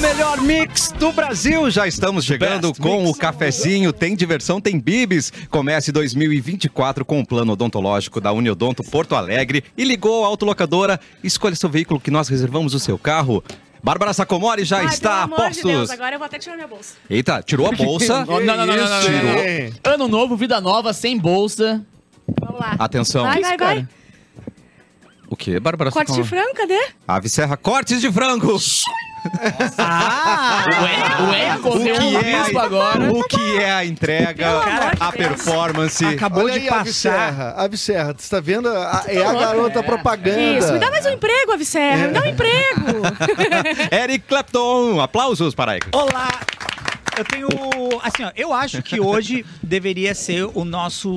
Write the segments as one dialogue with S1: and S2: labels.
S1: melhor mix do Brasil. Já estamos chegando
S2: Best
S1: com
S2: mix.
S1: o cafezinho. Tem diversão, tem bibis. Comece 2024 com o plano odontológico da Uniodonto Porto Alegre. E ligou a autolocadora. Escolha seu veículo que nós reservamos o seu carro. Bárbara Sacomori já
S3: Ai,
S1: está a
S3: pelo amor de Deus,
S1: postos.
S3: agora eu vou até tirar minha bolsa.
S1: Eita, tirou a bolsa.
S2: Não, não, não, não, não, não, não, não. Ano novo, vida nova, sem bolsa.
S3: Vamos lá.
S4: Ah, então.
S1: Atenção.
S3: Vai,
S1: Que
S3: vai,
S1: isso,
S3: vai.
S1: cara? O que, Bárbara
S3: Corte de né?
S1: Sacomori?
S3: frango, cadê?
S1: Ave Serra Cortes de Frango.
S2: Ah! O Ed correu um
S4: é?
S2: risco agora.
S1: é O que é a entrega,
S3: Pelo amor de
S1: a
S3: Deus.
S1: performance.
S4: Acabou
S5: Olha
S4: de
S5: aí,
S4: passar.
S5: Abserra, Abserra, você tá vendo? A- é a garota
S4: É.
S5: propaganda.
S3: Isso, me dá mais um emprego, Avicerra. Me dá um emprego.
S1: Eric Clapton, aplausos para Eric.
S2: Olá!
S4: Eu tenho. Assim, ó, eu acho que hoje deveria ser o nosso,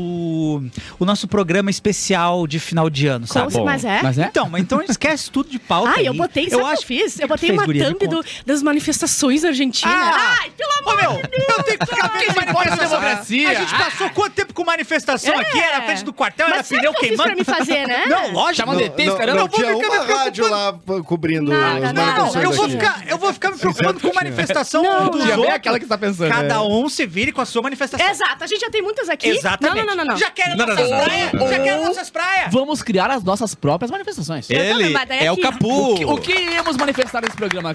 S4: o nosso programa especial de final de ano, sabe?
S1: bom.
S3: Mas é?
S2: Mas é?
S4: Então, mas então esquece tudo de pauta.
S3: Ai, eu
S4: aí.
S3: botei, sabe o que
S4: acho
S3: eu fiz?
S4: que
S3: Eu botei
S4: fez,
S3: uma
S4: guria? Me
S3: thumb do- das manifestações argentinas.
S4: Ah!
S3: Ai, pelo amor
S4: meu,
S3: de Deus!
S4: Quem vai
S2: Pode
S4: manifestar?
S2: democracia.
S4: A gente passou quanto tempo com manifestação
S3: É.
S4: aqui? Era na frente do quartel,
S3: Mas
S4: era
S3: sabe
S4: pneu
S3: o que eu fiz
S4: queimando.
S3: pra me fazer, né?
S4: Não, lógico.
S2: Chamando ET,
S5: Não,
S2: caramba.
S5: não
S2: Eu vou
S5: tinha
S2: ficar
S5: uma
S2: me
S5: rádio lá p- cobrindo assim.
S3: Nada,
S5: as
S3: nada.
S4: Não,
S5: manifestações
S4: eu vou,
S5: aqui.
S4: ficar, eu vou ficar me preocupando com manifestação
S3: Não,
S4: dos
S3: não.
S2: Tinha bem
S4: outros.
S2: aquela que você tá pensando.
S4: Cada
S2: é.
S4: um se vire com a sua manifestação.
S3: Exato, a gente já tem muitas aqui.
S4: Exatamente.
S3: Não, não, não, não.
S4: Já querem
S1: Não, não,
S4: nossas
S1: não, não.
S4: praias? Já querem nossas praias?
S2: Vamos criar as nossas próprias manifestações.
S3: Eu
S1: Ele
S3: também, mas daí
S1: é o
S3: aqui-
S1: Capu.
S2: O que, o que iremos manifestar nesse programa?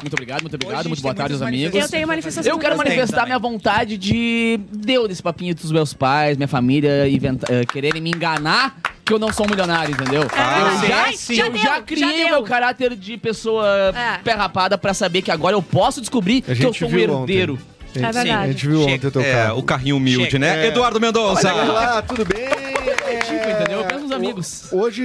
S2: Muito obrigado, muito obrigado,
S4: Hoje
S2: muito
S4: a gente
S2: boa
S4: tem
S2: tarde,
S4: muitas
S2: aos amigos.
S3: Eu tenho manifestação.
S2: Eu quero
S3: também.
S2: manifestar minha
S4: também.
S2: vontade de deu desse papinho dos meus pais, minha família, inventa- eh, quererem me enganar que eu não sou um milionário, entendeu? eu
S3: É
S4: Ah,
S3: verdade.
S2: já,
S3: Ai,
S2: sim,
S3: já
S2: eu
S3: deu,
S2: já
S3: já
S2: criei
S3: deu.
S2: o meu caráter de pessoa
S3: É.
S2: pé rapada pra saber que agora eu posso descobrir
S5: A
S2: que eu
S5: gente
S2: sou um
S5: viu
S2: herdeiro.
S5: ontem. A gente-
S3: É verdade.
S5: A gente viu
S4: Chega.
S5: ontem o teu
S1: É,
S5: carro.
S1: o carrinho humilde,
S4: Chega.
S1: né?
S5: É.
S1: Eduardo
S5: Olha
S1: Mendonça.
S5: lá, tudo bem?
S2: Tipo, tá entendeu? Eu penso nos amigos.
S5: Hoje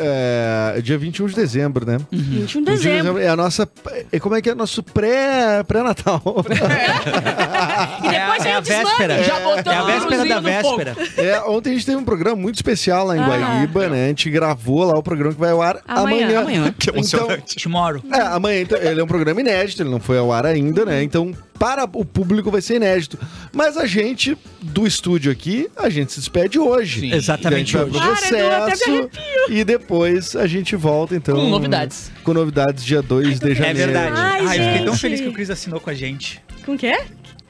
S5: é dia 21 de dezembro, né?
S3: 21 de
S5: 21 de
S3: Uhum. dezembro.
S5: É a nossa. É, como é que é? Nosso pré- pré-natal.
S3: E depois
S4: É
S3: vem
S4: a
S3: o desmame.
S4: véspera.
S2: Já botamos
S4: É a
S2: o
S4: véspera
S2: luzinho
S4: da
S2: no
S4: véspera.
S5: É, ontem a gente teve um programa muito especial lá em Guaíba, né? A gente gravou lá o programa que vai ao ar
S3: Ah. Amanhã.
S5: amanhã. um
S2: Amanhã.
S1: Que emocionante.
S4: Tomorrow.
S5: É, amanhã então, ele é um programa inédito, ele não foi ao ar ainda, né? Então, para o público vai ser inédito. Mas a gente, do estúdio aqui, a gente se despede hoje.
S2: Sim.
S4: Exatamente
S5: A gente
S4: hoje.
S5: vai
S3: hoje.
S5: pro
S3: Para, Edu, até me
S5: recesso e depois a gente volta, então.
S2: Com novidades.
S5: Com novidades dia 2 de
S4: É
S5: janeiro.
S4: verdade.
S3: Ai,
S4: Ai, eu fiquei tão
S3: gente.
S4: feliz que o Cris assinou com a gente. Ah,
S3: Com o quê?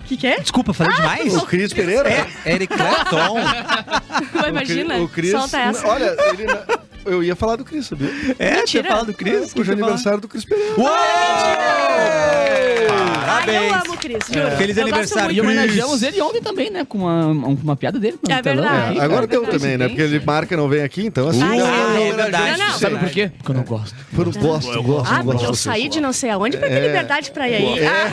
S3: Que que é?
S4: Desculpa, falei demais?
S5: O Cris Pereira?
S1: Eric Clapton.
S4: É,
S3: Imagina.
S5: O Cris.
S3: Solta essa.
S5: Olha, ele não- eu ia falar do Cris, sabia?
S4: É, você
S3: Mentira.
S4: fala do Cris?
S5: Hoje é aniversário do Cris Pereira.
S4: Uou!
S3: Ai, eu
S4: Parabéns. É.
S3: amo o Cris, juro.
S4: Feliz
S3: Eu gosto
S4: aniversário,
S2: E
S3: muito.
S4: Cris.
S2: homenageamos ele ontem também, né? Com uma, um- com uma piada dele. no
S3: É
S2: telão.
S3: verdade.
S2: Sim,
S5: Ah, Agora
S2: cara.
S5: deu também, né? Porque ele marca não vem aqui, então assim.
S3: Ai,
S5: não,
S3: sim.
S5: não,
S4: é verdade.
S3: Não, não.
S2: Sabe por quê? Porque eu não gosto.
S5: Eu não gosto, eu gosto.
S3: Ah,
S5: não gosto
S3: porque eu
S5: de vocês.
S3: saí de não sei aonde pra ter liberdade pra ir aí.
S5: É.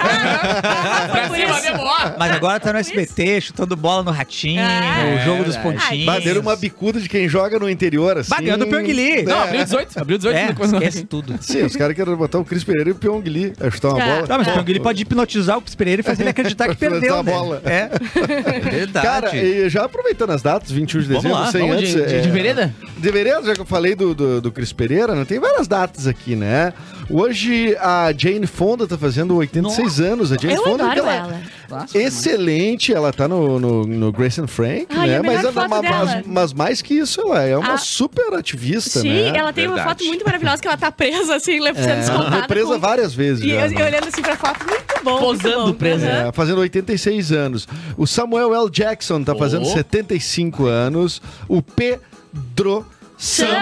S3: Ah, ah, foi por isso.
S4: Mas agora tá no SBT, chutando bola no Ratinho,
S3: É.
S4: o jogo dos
S2: É verdade.
S4: pontinhos.
S5: Bah, deram uma bicuda de quem joga no interior, assim.
S4: Bah, deu do Pyongyi.
S2: Não, abriu 18. Abriu 18.
S4: É,
S2: não coisa não.
S4: esquece tudo.
S5: Sim, os caras queriam botar o Cris Pereira e o Pyongyi a chutar uma
S3: É.
S5: bola.
S4: Tá, mas o Pyongyi pode hipnotizar o Cris Pereira e fazer ele acreditar que
S5: Pra levantar
S4: perdeu,
S5: a
S4: né?
S5: bola.
S4: É.
S1: Verdade.
S5: Cara,
S4: né,
S5: e já aproveitando as datas, 21 de
S1: Vamos
S5: dezembro,
S1: lá,
S5: sem
S2: Vamos
S5: antes.
S2: de, de,
S5: é,
S2: de vereda?
S5: de vereda, já que eu falei do, do, do Cris Pereira, né? Tem várias datas aqui, né? Hoje a Jane Fonda tá fazendo 86 anos. A Jane
S3: Eu
S5: Fonda
S3: adoro
S5: aquela-
S3: ela.
S2: Clássico, né?
S5: Excelente, ela tá no, no, no Grace and Frank,
S3: Ai, é
S5: né?
S3: a melhor
S5: Mas,
S3: foto
S5: ela- mas,
S3: dela.
S5: mas mais que isso, ela é uma
S3: A-
S5: super ativista,
S3: Sim,
S5: né?
S3: ela é tem uma
S1: Verdade.
S3: foto muito maravilhosa que ela tá presa, assim, le- sendo
S5: Foi
S3: descontada.
S5: presa
S3: com-
S5: várias vezes.
S3: E eu,
S5: já, né?
S3: eu olhando assim pra foto, muito bom.
S2: Posando
S3: muito bom.
S2: presa.
S3: Aham.
S5: É, fazendo 86 anos. O Samuel L. Jackson tá fazendo
S2: Oh.
S5: 75 anos. O Pedro
S3: Sampaio,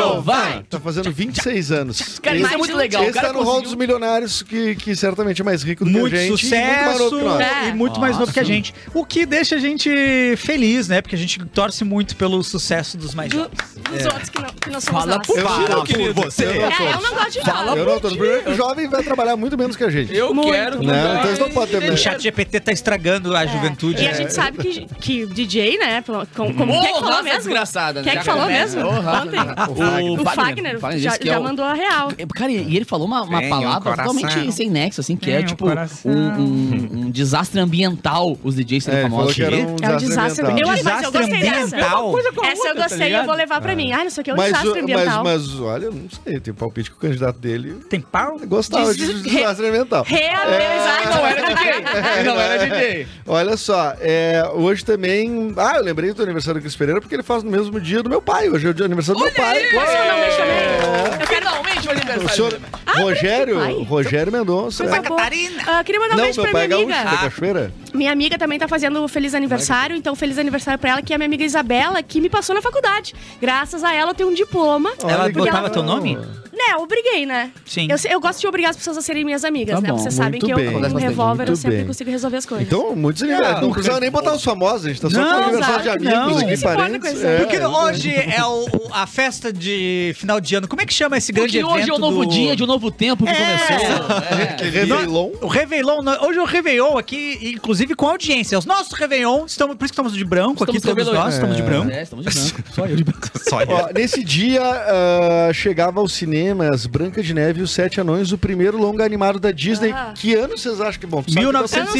S5: Sampaio
S2: vai!
S5: tá fazendo 26 anos.
S2: Cara, isso é
S3: Mais
S2: muito
S3: um-
S2: legal.
S5: Esse
S2: o cara
S5: tá no rol
S2: conseguiu-
S5: dos milionários, que, que certamente é mais rico do
S4: Muito
S5: que a gente. e muito mais
S4: sucesso
S5: novo que nós.
S3: É.
S4: e muito mais novo que a
S2: Nossa.
S4: gente. O que deixa a gente feliz, né? Porque a gente torce muito pelo sucesso dos
S5: É.
S4: mais
S3: Do-
S4: jovens.
S3: dos outros que não, que não somos
S2: Fala
S3: nós.
S2: por
S5: Eu
S2: fala,
S5: tiro
S2: por
S5: aquele-
S1: você.
S5: Eu não
S3: É, eu
S5: tô.
S3: não gosto de
S2: Fala
S5: Eu
S3: jovem.
S5: não tô. Primeiro que o jovem vai trabalhar muito menos que a gente.
S2: Eu
S3: Muito.
S2: quero.
S5: Não,
S2: mudar
S5: então eles não podem ter
S2: esse
S4: O
S5: medo.
S4: chat GPT tá estragando a
S2: É.
S4: juventude.
S3: E
S4: né?
S3: a gente sabe que, que DJ, né? pelo- Como, como quem é que
S2: Porra,
S3: falou
S2: essa
S3: mesmo?
S2: desgraçada.
S3: Quem é que falou mesmo? Ontem.
S2: Ontem.
S3: O Fagner já, já mandou a real.
S2: É, Cara, e e ele falou uma, uma
S1: Tem um
S2: palavra
S1: coração.
S2: totalmente sem nexo, assim, que é
S4: Tem um
S2: tipo
S4: coração.
S2: um, um- um desastre ambiental, os DJs serem
S5: É, ele falou
S2: famosos.
S5: que era um
S3: É um
S5: desastre
S3: desastre
S5: ambiental.
S3: ambiental. Eu, mas eu
S4: Desastre
S3: gostei dessa.
S4: ambiental.
S3: Essa
S2: tá
S3: eu gostei, eu vou levar pra mim. Ah, não sei o que, é um
S5: mas,
S3: desastre
S5: o- mas,
S3: ambiental.
S5: mas, olha, eu não sei, tem um palpite que o candidato dele
S4: Tem pau?
S5: gostava de,
S3: Des-
S5: desastre ambiental.
S3: Realizar.
S2: Não era DJ. Não era DJ.
S5: Olha só, é, hoje também. Ah, eu lembrei do aniversário do Cris Pereira porque ele faz no mesmo dia do meu pai. Hoje é o dia do aniversário do meu pai.
S3: Mas eu não me chamei. Eu quero- um
S2: Finalmente o
S5: O
S2: aniversário.
S5: senhor,
S2: dele.
S3: Ah,
S5: Rogério,
S3: Ai,
S5: Rogério Mendonça.
S3: coisa
S5: é.
S3: boa. Ah, queria mandar um
S5: Não,
S3: beijo
S5: meu
S3: pra
S5: pai é
S3: minha
S5: gaúcho
S3: amiga.
S5: da cachoeira.
S3: Minha amiga também tá fazendo feliz aniversário, então feliz aniversário pra ela, que é a minha amiga Isabela, que me passou na faculdade. Graças a ela eu tenho um diploma.
S4: Ela
S5: Olha que
S4: botava
S5: legal.
S4: teu nome?
S3: Né, eu obriguei, né?
S4: Sim.
S3: Eu, se- eu gosto de obrigar as pessoas a serem minhas amigas,
S2: Tá
S3: né?
S2: bom,
S3: Vocês sabem
S5: muito
S3: que
S5: bem.
S3: eu, com um
S5: Muito
S3: revólver, eu sempre
S5: bem.
S3: consigo resolver as coisas.
S5: Então, muitos aniversários. Não,
S4: Não,
S5: precisava nem botar os famosos, a gente tá só
S4: Não,
S5: com aniversário de
S3: claro
S4: que não.
S5: amigos
S4: Ninguém
S5: aqui,
S3: se importa com
S5: parentes.
S3: isso.
S5: É.
S4: Porque hoje é o- o- a festa de final de ano. Como é que chama esse grande
S2: Porque
S4: evento?
S2: hoje é o novo
S4: do-
S2: dia, de um novo tempo que começou.
S5: Que
S2: É.
S5: Réveillon.
S4: O Réveillon, no- hoje é o Réveillon aqui, inclusive com audiência. Os nossos Réveillon, estamos, por isso que estamos de branco
S2: Estamos
S4: aqui, todos
S2: Réveillon.
S4: nós estamos de branco.
S2: É, estamos de branco. Só eu de branco.
S1: Só
S5: Ó, nesse dia ah, chegava aos cinemas Branca de Neve e os Sete Anões, o primeiro longa animado da Disney.
S3: Ah.
S5: Que ano vocês acham que é bom? Tu sabe que tá sendo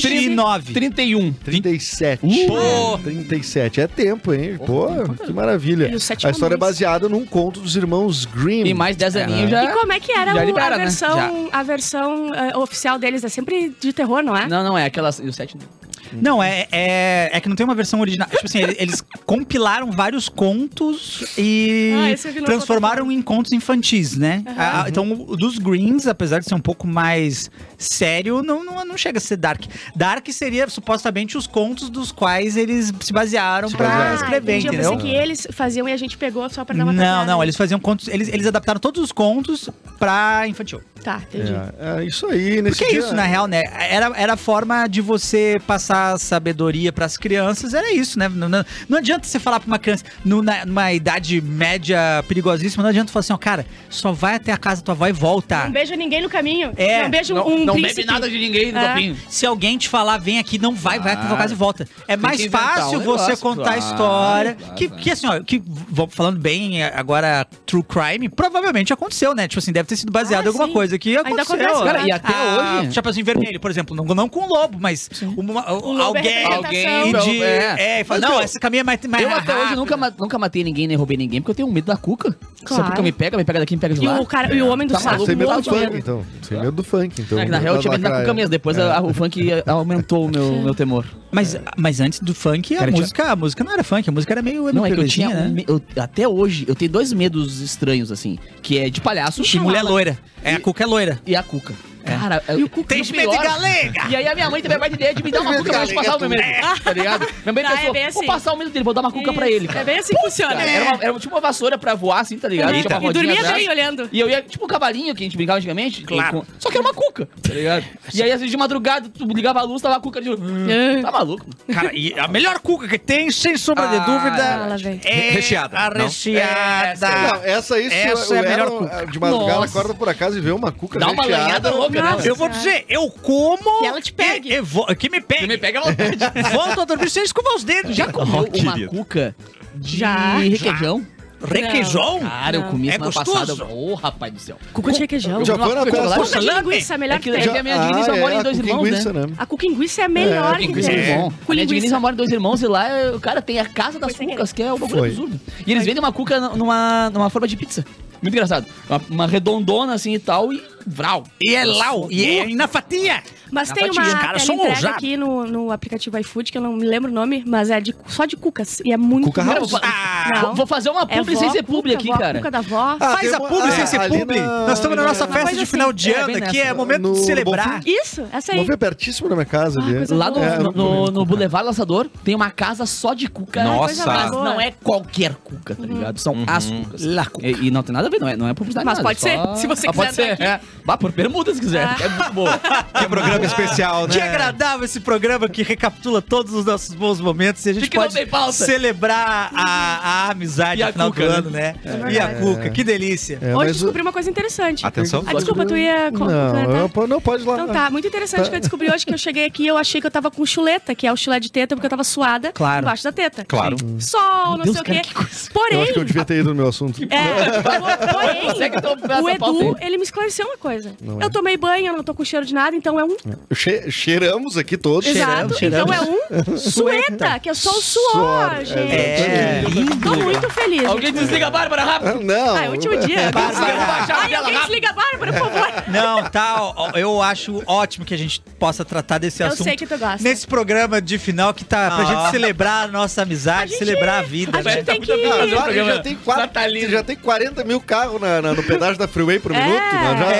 S4: 1929.
S2: 31.
S5: 37.
S4: Pô!
S5: 37. É tempo, hein? Pô, que maravilha.
S3: E os Sete
S5: A história é
S3: Anões.
S5: baseada num conto dos irmãos
S4: um.
S5: Grimm.
S2: E mais 10 aninhos já.
S3: E como é que era
S2: Já
S3: o-
S2: libera,
S3: a
S2: né?
S3: versão, a versão eh, oficial deles? É sempre de terror, não é?
S2: Não, não, é aquelas. E o 7 não.
S4: Não, é, é, é que não tem uma versão original. tipo assim, ele- eles compilaram vários contos e
S3: Ah, esse eu vi na
S4: transformaram
S3: plataforma.
S4: em contos infantis, né? Ah, então, o dos Greens, apesar de ser um pouco mais sério, não, não, não chega a ser Dark. Dark seria supostamente os contos dos quais eles se basearam
S5: Se
S4: pra
S5: basearam.
S4: escrever,
S3: Ah, entendi.
S4: entendeu?
S3: Eu pensei que eles faziam e a gente pegou só pra dar uma
S4: Não,
S3: tapeada.
S4: não, eles faziam contos. Eles, eles adaptaram todos os contos pra infantil.
S3: Tá, entendi.
S5: É, é isso aí. Nesse
S4: Porque é
S5: dia-
S4: isso, na real, né? Era, era a forma de você passar sabedoria pras crianças, era isso, né? Não, não- não adianta você falar pra uma criança no- na- numa idade média perigosíssima, não adianta falar assim, ó, cara, só vai até a casa da tua avó e volta.
S3: Não beijo ninguém no caminho.
S4: É.
S3: Não beijo
S2: Tá. Não,
S3: um
S2: não
S3: príncipe.
S2: bebe nada de ninguém no
S3: É.
S2: copinho.
S4: Se alguém te falar, vem aqui, não vai, vai até a tua
S2: Claro.
S4: casa e volta. É
S2: Ah, que
S4: mais
S2: inventar um
S4: fácil
S2: negócio,
S4: você contar a
S2: claro,
S4: história.
S2: claro,
S4: que,
S2: claro.
S4: que assim, ó, que, v- falando bem é, agora, true crime, provavelmente aconteceu, né? Tipo assim, deve ter sido baseado em
S3: Ah,
S4: alguma
S3: sim.
S4: coisa que
S3: Ainda
S4: aconteceu.
S3: acontece,
S4: né?
S3: Cara,
S2: e até
S4: Ah,
S2: hoje-
S4: Chapeuzinho Vermelho, por exemplo. Não, não com o lobo, mas uma-
S3: lobo é
S4: alguém.
S3: representação.
S4: E
S2: Alguém.
S4: de, é,
S2: é.
S4: e fala, não, esse caminho é mais. mais
S2: Eu até hoje
S4: rápido."
S2: nunca, ma- nunca matei ninguém nem roubei ninguém, porque eu tenho medo da cuca. Se a
S3: Claro.
S2: cuca me pega, me pega daqui, me pega de
S3: E
S2: lá.
S3: o, cara, e o homem do
S2: Tá
S5: Ah,
S3: saco.
S5: sem medo
S2: Maluco,
S5: do funk,
S2: né?
S5: então. Sem medo do funk, então.
S2: É que na real eu tinha medo da
S5: Lacraia.
S2: cuca mesmo, depois a- a- o funk a- aumentou o meu, meu temor.
S4: Mas, mas antes do funk, a
S2: Cara, tinha-
S4: música, a música não era funk, a música era meio
S2: Não, é que eu
S4: MPBzinha,
S2: tinha. um me- eu- até hoje, eu tenho dois medos estranhos, assim, que é de palhaço
S4: E mulher
S2: xalala,
S4: loira. É, a Cuca é loira.
S2: E a cuca. Cara, eu- o
S4: Tem
S2: pior-
S4: medo de galega!
S2: E aí a minha mãe também vai ideia de me dar uma cuca pra eu passar o meu medo. Tá ligado? Minha mãe
S3: Tá, é
S2: pensou,
S3: bem
S2: vou
S3: assim.
S2: passar o medo dele, vou dar uma cuca pra ele.
S3: É
S2: cara.
S3: bem assim que funciona.
S2: Cara, Era, uma, era tipo uma vassoura pra voar, assim, tá ligado? Tinha uma
S3: E
S2: rodinha
S3: dormia
S2: atrás.
S3: bem olhando.
S2: E eu ia, tipo, o cavalinho que a gente brincava antigamente.
S4: Claro.
S2: e com- Só que era uma cuca, tá ligado? E aí, às vezes, de madrugada, tu ligava a luz, tava a cuca de...
S3: É.
S2: Tá maluco?
S4: Cara, e a melhor cuca que tem, sem sombra
S2: Ah,
S4: de
S3: Ah, lá
S4: dúvida,
S3: vem.
S4: é
S1: Recheada,
S4: a
S1: não?
S4: recheada.
S5: Não, essa é aí, se
S4: Ah, Essa
S5: o-
S4: é a
S5: o
S4: melhor
S5: Elon,
S4: cuca.
S5: De madrugada,
S2: Nossa.
S5: acorda por acaso e vê uma cuca
S2: Dá uma
S5: recheada.
S2: lanhada louca, né?
S3: Nossa.
S4: Eu vou dizer, eu como...
S3: Que ela te pegue.
S4: e- e vou- que me pegue.
S2: Tu me pega, ela perde.
S4: Volto a dormir sem escovar os dedos. Já comeu
S2: Comeu uma
S1: querido.
S2: cuca de
S3: Já.
S2: requeijão?
S4: requeijão?
S2: Cara, eu comi
S4: É
S2: semana
S4: gostoso?
S2: passada. Ô, rapaz do céu.
S3: Cuca de requeijão.
S5: Já foi na
S2: Cuca de
S5: Copa-
S2: chocolate?
S3: Cuca de
S4: salame?
S3: linguiça, é a melhor que
S2: Aquilo
S3: tem.
S2: já- a minha digníssima mora em
S5: Ah, é, a né?
S2: dois
S5: cuca
S2: irmãos,
S5: linguiça,
S3: A cuca linguiça é a melhor
S5: É,
S3: que
S2: Isso
S3: tem.
S2: é bom.
S3: Com
S2: Aliás,
S3: linguiça.
S2: Digníssima mora em dois irmãos e lá, o cara tem a casa das
S3: Foi sem
S2: cucas, que é um bagulho
S5: Foi.
S2: absurdo. E eles vendem uma cuca n- numa, numa forma de pizza. Muito engraçado. Uma, uma redondona assim e tal e vral.
S4: E é lau, e é na fatia.
S3: Mas
S2: Na
S3: tem
S2: fatia.
S3: uma
S4: Os caras são
S3: entrega
S4: ousados.
S3: aqui no, no aplicativo iFood, que eu não me lembro o nome, mas é de, só de cucas. E é muito
S5: Cuca
S3: bom.
S2: Cara,
S5: House?
S2: vou, fa-
S4: Ah,
S3: Não.
S2: vou fazer uma
S3: É
S2: publi
S3: vó,
S2: sem ser publi
S3: cuca,
S2: aqui,
S3: vó,
S2: cara.
S3: Cuca da vó.
S5: Ah,
S4: Faz
S5: tem
S4: a
S5: uma-
S4: publi
S5: ah,
S4: sem ser
S5: ali
S4: publi.
S5: na-
S4: Nós estamos na nossa
S5: Uma
S4: festa
S3: coisa
S4: de
S3: assim.
S4: final de
S2: É, bem
S4: ano aqui,
S2: nessa.
S4: é momento
S5: No
S4: de celebrar.
S5: Bonfim?
S3: Isso, essa aí.
S5: Vou ver pertíssimo da minha casa ali.
S3: coisa
S2: Lá no,
S5: É,
S2: no,
S5: eu
S2: no,
S5: não comi
S2: no
S5: cuca.
S2: Boulevard Lançador tem uma casa só de cuca.
S1: Nossa.
S2: Mas não é qualquer cuca, tá ligado? São as cucas. E, e não tem nada a ver, não é, não é publicidade.
S3: Mas
S2: nada,
S3: pode
S2: é
S3: ser, se você
S2: Mas Pode
S3: quiser
S2: ser, é. Vá por bermuda se quiser.
S3: Ah.
S2: É muito boa.
S1: Que programa especial, né?
S2: É.
S4: Que agradável esse programa que recapitula todos os nossos bons momentos e a gente
S2: E que não
S4: pode
S2: tem pauta.
S4: celebrar a, a amizade
S2: E a
S4: no final
S2: cuca,
S4: do ano, né?
S3: É
S4: E a
S3: verdade.
S4: Cuca, que delícia.
S5: É,
S3: Hoje
S5: mas
S3: eu
S5: o-
S3: descobri uma coisa interessante.
S1: Atenção.
S3: Ah, desculpa, tu ia co-
S5: Não,
S3: completar?
S5: eu po- não pode ir lá.
S3: Então tá, muito interessante que eu descobri hoje que eu cheguei aqui e eu achei que eu tava com chuleta, que é o chulé de teta, porque eu tava suada
S4: Claro.
S3: embaixo da teta.
S1: Claro.
S3: Sol, não
S2: Deus,
S3: sei o
S2: cara,
S3: quê.
S2: que coisa.
S5: Eu acho que eu
S3: Porém,
S5: devia ter ido no meu assunto.
S3: é,
S2: Consegue ter um-
S3: porém,
S2: essa
S3: o
S2: pauta aí.
S3: Edu, ele me esclareceu uma coisa.
S5: Não é.
S3: Eu tomei banho, eu não tô com cheiro de nada, então é um
S5: Che- cheiramos aqui todos.
S4: Cheirando,
S3: Exato.
S4: cheirando.
S3: Então é um sueta, que é só o suor,
S5: Suor,
S3: gente.
S4: é lindo.
S3: Tô muito feliz.
S2: Alguém desliga a Bárbara rápido.
S5: Não.
S3: Ah, é o último dia.
S4: Bárbara.
S3: Ai, alguém desliga a Bárbara, por favor.
S4: Não, tá. ó, Eu acho ótimo que a gente possa tratar desse
S3: Eu
S4: assunto.
S3: sei que tu gosta.
S4: Nesse programa de final que tá
S2: Ah.
S4: pra gente celebrar a nossa amizade,
S3: gente- é
S4: celebrar a vida,
S3: a
S4: né?
S3: gente tem que...
S5: Ah,
S2: tá Esse
S5: agora
S2: programa tá
S5: já tem, quatro,
S2: natalino.
S5: já tem 40 mil carros na- na- no pedágio da Freeway por
S3: É.
S5: minuto. né? Já-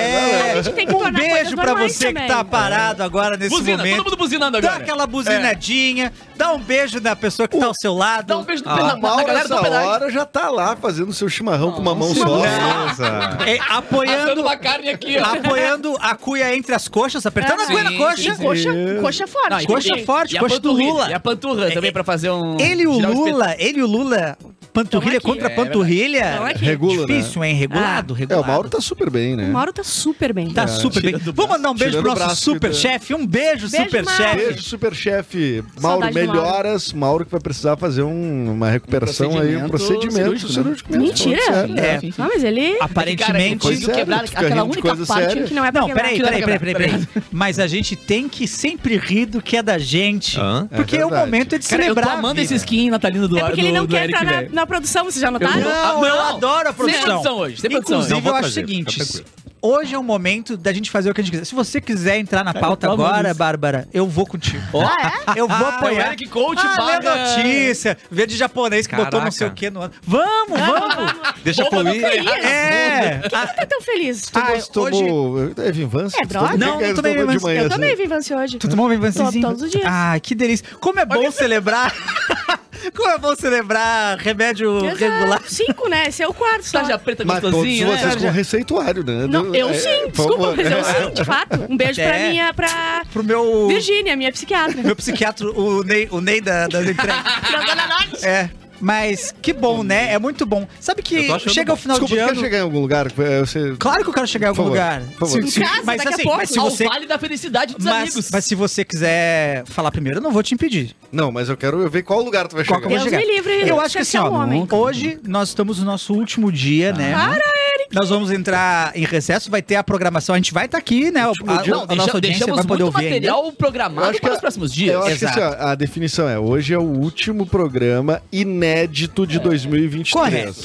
S4: É.
S3: A gente tem que
S4: um
S3: tornar
S4: beijo
S3: coisas
S4: pra
S3: normais
S4: você que
S3: também.
S4: tá parado agora nesse
S2: Buzina,
S4: momento.
S2: todo mundo buzinando
S4: Dá
S2: agora.
S4: aquela buzinadinha, dá um beijo na pessoa que tá ao seu lado.
S2: Dá um beijo no
S5: já-
S2: pela-
S5: A
S2: na, na
S5: Mauro,
S2: galera do
S5: Ah, essa
S2: pedaço.
S5: hora, já tá lá fazendo seu chimarrão com uma mão só.
S1: Beleza.
S4: É,
S2: Assando
S4: apoiando,
S2: uma carne aqui, ó.
S4: Tá apoiando a cuia entre as coxas, apertando
S3: É.
S4: a cuia
S2: Sim,
S4: na
S2: sim,
S4: coxa.
S2: sim.
S3: Coxa, coxa forte.
S2: e
S4: coxa
S2: tem-
S4: forte,
S2: e a
S4: coxa do
S2: panturrilha,
S4: Lula.
S2: E a panturra também pra fazer um...
S4: Ele e o
S2: girar espeto-
S4: Lula, ele e o Lula, panturrilha
S3: aqui.
S4: contra
S2: É,
S4: panturrilha.
S3: verdade. Tamo aqui.
S5: Regula, né?
S4: Difícil, hein? Regulado,
S5: É,
S4: regulado.
S5: o Mauro tá super bem, né?
S3: O Mauro tá super bem.
S4: Tá super bem.
S2: Tirando o
S4: Vamos mandar um beijo
S5: Tirando
S4: pro
S5: o
S4: nosso
S5: braço,
S4: superchefe. Um beijo,
S3: Beijo,
S4: superchefe.
S5: Beijo, superchefe. Mauro,
S3: Saudade do Mauro.
S5: melhoras. Mauro que vai precisar fazer um- uma recuperação aí, um
S2: procedimento
S5: procedimento
S2: cirúrgico, né?
S5: cirúrgico mesmo.
S3: Mentira.
S5: falando sério.
S4: É.
S2: Sim, sim.
S3: Não, mas ele...
S4: Aparentemente.
S2: Cara, eu tive
S5: Pois é,
S2: quebrar
S5: tu fica
S2: aquela
S5: rindo de
S2: única
S5: coisa
S2: parte
S5: séria.
S3: Que não é pra
S4: Não,
S3: quebrar.
S4: peraí,
S2: Aquilo
S4: peraí,
S2: era
S4: peraí, peraí, peraí. Mas a gente tem que sempre rir do que é da gente.
S1: Hã?
S4: Porque
S5: É
S4: é o
S5: verdade.
S4: momento é de
S2: Cara, eu tô
S4: celebrar. a
S2: amando
S4: vida.
S2: esse skin natalino do
S3: É porque ele
S2: do-
S3: não
S2: do
S3: quer
S2: Eric,
S3: entrar na,
S2: velho.
S3: na produção, vocês já
S2: Eu
S3: notaram?
S2: não-
S4: Não,
S2: Ah,
S4: eu
S2: não.
S4: adoro a produção.
S2: Sem produção hoje, sem produção.
S4: Inclusive,
S1: Não, vou
S4: eu acho o
S1: trazer,
S4: seguinte.
S2: tá
S1: fica tranquilo.
S4: Hoje é o momento da gente fazer o que a gente quiser. Se você quiser entrar na pauta
S2: tô amando
S4: agora,
S2: isso.
S4: Bárbara, eu vou contigo.
S3: Ah,
S4: Eu vou
S2: Ah, o
S4: apoiar.
S2: Eric Coach
S4: ah, lê
S2: paga-
S4: notícia, vê de japonês que botou não
S1: Caraca.
S4: sei o que no ano. Vamos, vamos!
S1: Deixa
S2: Opa,
S1: fluir.
S2: não foi
S3: Feliz?
S4: É!
S3: Por que tá tão feliz?
S4: Ah,
S5: Você tomou. É vinvança?
S3: É droga?
S5: Tu
S4: Não,
S5: tomou
S4: eu tomei
S5: de
S4: Vinvança.
S5: manhã,
S3: Eu
S5: assim.
S3: tomei Vivance hoje.
S4: Tu tomou Vivancezinho?
S3: Tomo todos os dias.
S4: Ah, que delícia. Como é bom celebrar... Como é bom celebrar remédio
S3: Exato.
S4: regular. Tá,
S3: Cinco, né? Esse é o quarto só.
S2: Tarja preta
S5: Mas todos
S2: gostosinha, né?
S5: vocês com receituário, né?
S3: Não, eu
S5: É,
S3: sim,
S5: por
S3: desculpa,
S5: favor. é.
S3: mas eu sim, de fato. Um beijo pra
S4: É.
S3: minha, pra
S4: Pro meu...
S3: Virgínia, minha psiquiatra.
S4: Meu psiquiatra, o Ney, o Ney da, das entregas.
S3: Pra Dona Norte.
S4: É. Mas que bom, né? É muito bom. Sabe
S1: Eu tô
S4: que
S1: achando
S4: chega ao final
S5: Desculpa,
S4: de
S5: tu quer
S4: ano...
S5: chegar em algum lugar? É, Você...
S4: Claro que eu quero chegar em algum
S5: Por favor,
S4: lugar.
S5: por favor.
S4: Se-
S5: Em
S4: se-
S3: casa,
S4: mas
S3: daqui a
S4: assim,
S3: pouco,
S4: mas se
S2: Ao
S4: você...
S2: vale da felicidade dos
S4: Mas,
S2: amigos.
S4: mas se você quiser falar primeiro, eu não vou te impedir.
S5: Não, mas eu quero ver qual lugar tu vai
S4: Qual
S5: chegar.
S4: que eu vou
S3: Deus
S4: chegar?
S3: me livre,
S4: Eu acho que
S3: você
S4: assim,
S3: é um
S4: ó,
S3: homem.
S4: hoje nós estamos no nosso último dia, né?
S3: Para,
S4: Eric! Nós vamos entrar em recesso, vai ter a programação, a gente vai estar aqui, né? A,
S2: Não,
S4: a
S2: deixa-
S4: nossa audiência
S2: deixamos
S4: vai poder
S2: muito
S4: ouvir ainda.
S2: material
S5: Eu
S2: programado
S5: acho que
S2: para os
S5: a-
S2: próximos
S5: Eu
S2: dias.
S5: acho que assim, ó, a definição é: hoje é o último programa inédito de 2023.
S4: Correto.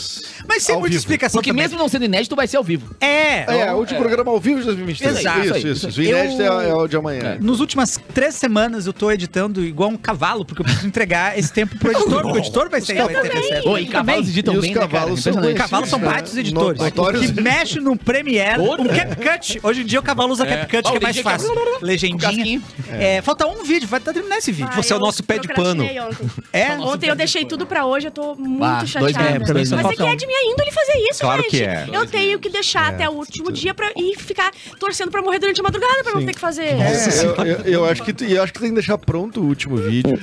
S4: Mas sem
S5: Ao
S4: muita
S5: vivo.
S4: explicação
S2: Porque
S4: também.
S2: mesmo não sendo inédito, vai ser ao vivo.
S4: É,
S5: É, o último programa ao vivo de 2023.
S2: Exato.
S5: Isso,
S2: Isso
S5: isso,
S2: aí,
S5: isso.
S2: isso
S5: O
S2: aí.
S5: inédito
S2: Eu-
S5: é, é o de amanhã.
S4: Nos últimas três semanas eu tô editando igual um cavalo, porque eu preciso entregar esse tempo pro editor, porque o editor vai ser vai ter recesso.
S2: Oi, cavalos editam
S5: E os
S2: bem, né, cara?
S5: cavalos são
S2: Impressionante.
S5: conhecidos.
S4: Cavalos são
S5: Né?
S4: baitos editores.
S5: Notórios.
S4: Que mexe num Premiere,
S2: Outra.
S4: um CapCut. Hoje em dia o cavalo usa
S2: É.
S4: CapCut,
S2: Ah,
S4: que é
S2: hoje em
S4: mais
S2: dia
S4: fácil.
S2: que- Com
S4: Legendinha.
S2: casquinho.
S4: É, falta um vídeo, vai tá terminar esse vídeo.
S3: Ah,
S1: Você é o
S3: eu
S1: nosso pé de
S3: procrastinei Tá ontem.
S4: É?
S2: Nossa,
S3: Ontem eu deixei tudo pra hoje, eu tô muito
S2: Ah, dois
S3: chateada.
S2: meses, dois
S3: Mas é
S4: meses.
S3: que é de minha índole fazer isso,
S1: Claro
S3: gente.
S1: que é.
S3: Eu tenho que deixar até o último dia pra, e ficar torcendo pra morrer durante a madrugada pra não ter que fazer.
S5: É, eu, eu- eu acho que, tu- eu acho que tem que deixar pronto o último vídeo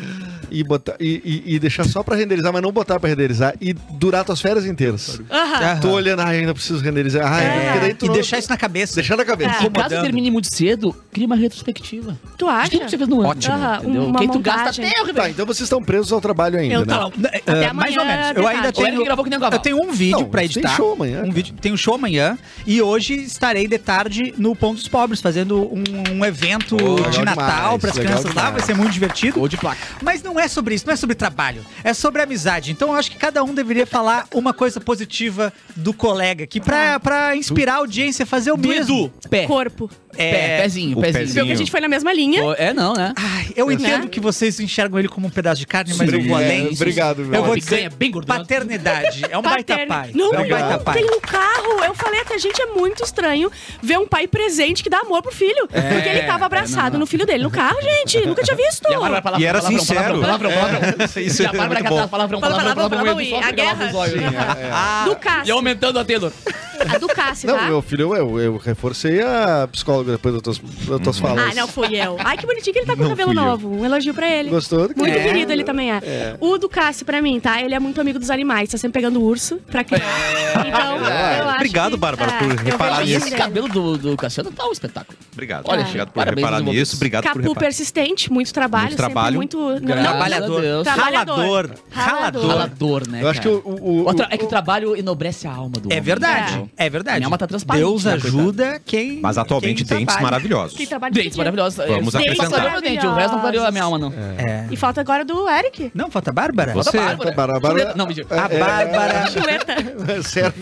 S5: e, botar, e, e- e deixar só pra renderizar, mas não botar pra renderizar e durar tuas férias inteiras.
S3: Aham.
S1: Tá.
S4: Aham. É,
S5: Tô olhando, ai, ainda preciso renderizar. Ai, porque daí tu
S4: E
S5: não-
S4: deixar isso na cabeça.
S5: deixar na cabeça.
S3: É.
S2: E caso termine muito cedo, cria uma retrospectiva.
S3: Tu
S2: De
S3: acha?
S2: tudo que você fez no ano.
S1: Ótimo.
S3: Aham,
S2: Entendeu?
S3: uma
S2: Quem tu
S3: montagem.
S2: gasta até o
S5: Tá,
S2: Ribeiro.
S5: então vocês estão presos ao trabalho ainda,
S3: Eu
S5: né?
S3: tô. amanhã,
S4: Até é, mais ou menos. Eu
S3: detalhe.
S4: ainda
S2: O Eric
S4: tenho.
S2: gravou que nem um
S4: Eu
S2: cavalo.
S4: tenho um vídeo
S5: Não,
S4: pra
S5: tem
S4: editar.
S5: show amanhã,
S4: Um
S5: cara.
S4: vídeo, tem um show amanhã. E hoje estarei de tarde no Pão dos Pobres, fazendo um, um evento
S5: legal
S4: de Natal
S5: demais,
S4: para as
S5: legal
S4: crianças lá.
S5: demais.
S4: Vai ser muito divertido.
S2: Ou de placa.
S4: Mas não é sobre isso, não é sobre trabalho. É sobre amizade. Então eu acho que cada um deveria falar uma coisa positiva do colega aqui
S3: Ah.
S4: pra, pra inspirar a audiência a fazer o mesmo.
S2: Pé.
S3: Corpo.
S2: Pé,
S4: É,
S2: pezinho,
S1: o
S2: pezinho.
S1: pezinho.
S3: Porque a gente foi na mesma linha.
S2: Pô, É, não, né?
S4: ai, eu entendo
S3: Né?
S4: que vocês enxergam ele como um pedaço de carne, mas eu vou
S5: Obrigado,
S4: além.
S5: é, obrigado, meu
S4: Eu vou
S2: Uma picanha
S4: dizer
S2: bem gordurosa.
S4: paternidade. É um baita
S3: Paterno.
S4: pai.
S3: Não,
S4: é um baita
S3: não,
S4: pai.
S3: tem um carro. Eu falei até, gente, é muito estranho ver um pai presente que dá amor pro filho. porque ele tava
S2: não,
S3: abraçado
S2: não.
S3: no filho dele no carro, gente. Nunca tinha visto.
S2: E a Bárbara, palavra,
S1: E era
S2: palavrão,
S1: sincero.
S2: Palavrão, palavrão, palavrão.
S1: Isso
S2: E a
S1: é
S2: Bárbara
S1: muito
S2: catava
S1: bom.
S2: palavrão,
S3: Fala
S2: palavrão, palavrão,
S3: palavrão, palavrão
S2: e
S3: e
S2: só
S3: a
S2: regalava
S3: guerra.
S2: os um olhos.
S4: Ah,
S3: Do Cássio.
S2: E aumentando a Taylor.
S3: A do Cássio,
S5: Não,
S3: tá?
S5: meu filho, eu, eu reforcei a psicóloga depois das tuas, das tuas falas.
S3: Ah, não, fui eu. Ai, que bonitinho que ele tá com
S5: Não
S3: cabelo
S5: fui eu.
S3: novo. Um elogio pra ele.
S5: Gostou? do que-
S3: Muito
S5: É.
S3: querido ele também é. O do Cássio, pra mim, tá? Ele é muito amigo dos animais. Tá sempre pegando urso pra criar.
S5: É.
S3: Então, eu acho
S1: Obrigado,
S3: que-
S1: Bárbara,
S3: é,
S1: por
S3: eu
S1: reparar
S3: vejo
S2: E
S1: nisso.
S3: isso
S2: esse
S3: nele.
S2: cabelo do, do Cassiano tá um espetáculo.
S1: Obrigado.
S3: Olha,
S1: obrigado por
S2: parabéns,
S1: reparar
S2: desenvolvidos.
S1: nisso. Obrigado por
S3: Capu
S1: reparar.
S3: persistente, muito trabalho,
S1: Muito trabalho.
S3: sempre muito...
S2: Graças
S3: Não,
S4: Trabalhador.
S2: a Deus.
S4: Ralador.
S3: Trabalhador.
S4: Ralador.
S2: Ralador, né,
S5: Eu acho que
S2: cara?
S5: o. o, o-
S2: Outra- é que
S5: o-
S2: o trabalho enobrece a alma do
S4: É
S2: homem.
S4: verdade.
S2: não.
S4: É verdade.
S2: A minha alma tá transparente,
S4: Deus
S2: né,
S4: ajuda quem.
S1: Mas atualmente
S4: quem
S1: dentes
S4: trabalha.
S1: maravilhosos.
S3: Que trabalho
S2: Dentes
S3: difícil.
S2: maravilhosos.
S1: Vamos
S2: Dentes
S1: acrescentar.
S2: só valeu meu dente, O resto não valeu a minha alma, não.
S4: É.
S3: E falta agora do Eric.
S4: Não, falta a Bárbara.
S1: Você-
S2: Falta a Bárbara.
S5: Bárbara-
S2: Julieta- Não, mentira.
S5: É,
S4: A Bárbara.
S3: Chuleta.
S5: Sério.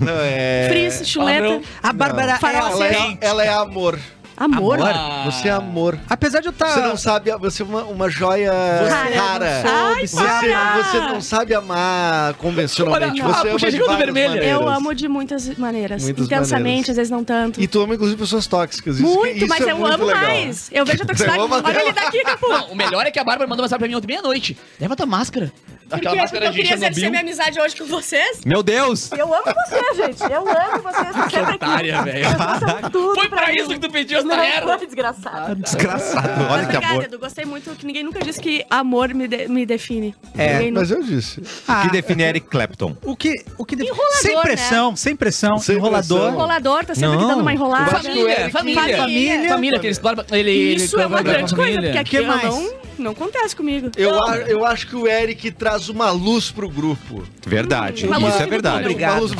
S5: Não, é...
S3: Frizz, chuleta.
S2: Palavrão.
S4: A Bárbara é
S3: Farol
S5: Ela é,
S4: ausente.
S5: ela é amor.
S3: Amor.
S4: Amor?
S2: Ah.
S5: Você é amor.
S4: Apesar de eu tá- estar.
S5: Você não sabe, você é uma, uma joia
S3: Rara.
S5: rara. é
S3: Ai,
S5: Você,
S3: para!
S5: você não sabe amar convencionalmente.
S2: Olha,
S5: você
S2: a
S5: ama
S2: bochecha
S5: de
S2: ficou
S5: várias
S2: vermelha.
S5: maneiras.
S3: Eu amo de muitas maneiras.
S5: Muitas
S3: Intensamente,
S5: maneiras.
S3: às vezes não tanto.
S5: E tu ama, inclusive, pessoas tóxicas. Isso que-
S3: muito,
S5: isso
S3: mas
S5: é
S3: eu
S5: muito
S3: amo
S5: legal.
S3: mais. Eu vejo a toxicidade.
S5: Eu amo até
S3: Olha ele
S5: ela.
S3: daqui, Capu.
S2: Não, o melhor é que a Bárbara mandou mensagem pra mim ontem meia-noite. Leva tua máscara.
S3: Porque
S2: Aquela máscara
S3: eu
S2: de
S3: queria exercer é
S2: Chernobyl.
S3: minha amizade hoje com vocês.
S1: Meu Deus!
S3: Eu amo vocês, gente. Eu amo vocês. é Vocês sempre
S2: Otária, velho.
S3: são tudo
S2: Foi pra isso que tá tu pediu essa merda. Ah,
S3: desgraçado.
S2: tá.
S1: Desgraçado,
S3: Mas
S1: olha que
S3: obrigada,
S1: amor.
S3: Edu. Gostei muito que ninguém nunca disse que amor me, de- me define.
S4: É,
S3: Ninguém
S5: Mas eu disse.
S4: Ah,
S1: Que define Eric Clapton.
S4: o que. O que
S3: Enrolador, né?
S4: sem pressão, sem pressão,
S5: Sem
S4: enrolador.
S5: pressão.
S3: O rolador tá sempre
S1: Não.
S3: aqui dando uma enrolada.
S2: Família, é. família.
S4: Família.
S2: Família, que ele explora. Ele, ele
S3: Isso é uma
S2: cobra pra
S3: grande coisa,
S2: família.
S3: porque
S4: Que
S3: aqui eu
S4: mais?
S3: não, não acontece comigo.
S5: Eu, a- eu acho que o Eric traz uma luz pro grupo.
S1: Verdade,
S3: Uma luz
S1: isso é
S3: que
S1: verdade.
S3: brilha.
S5: Uma luz,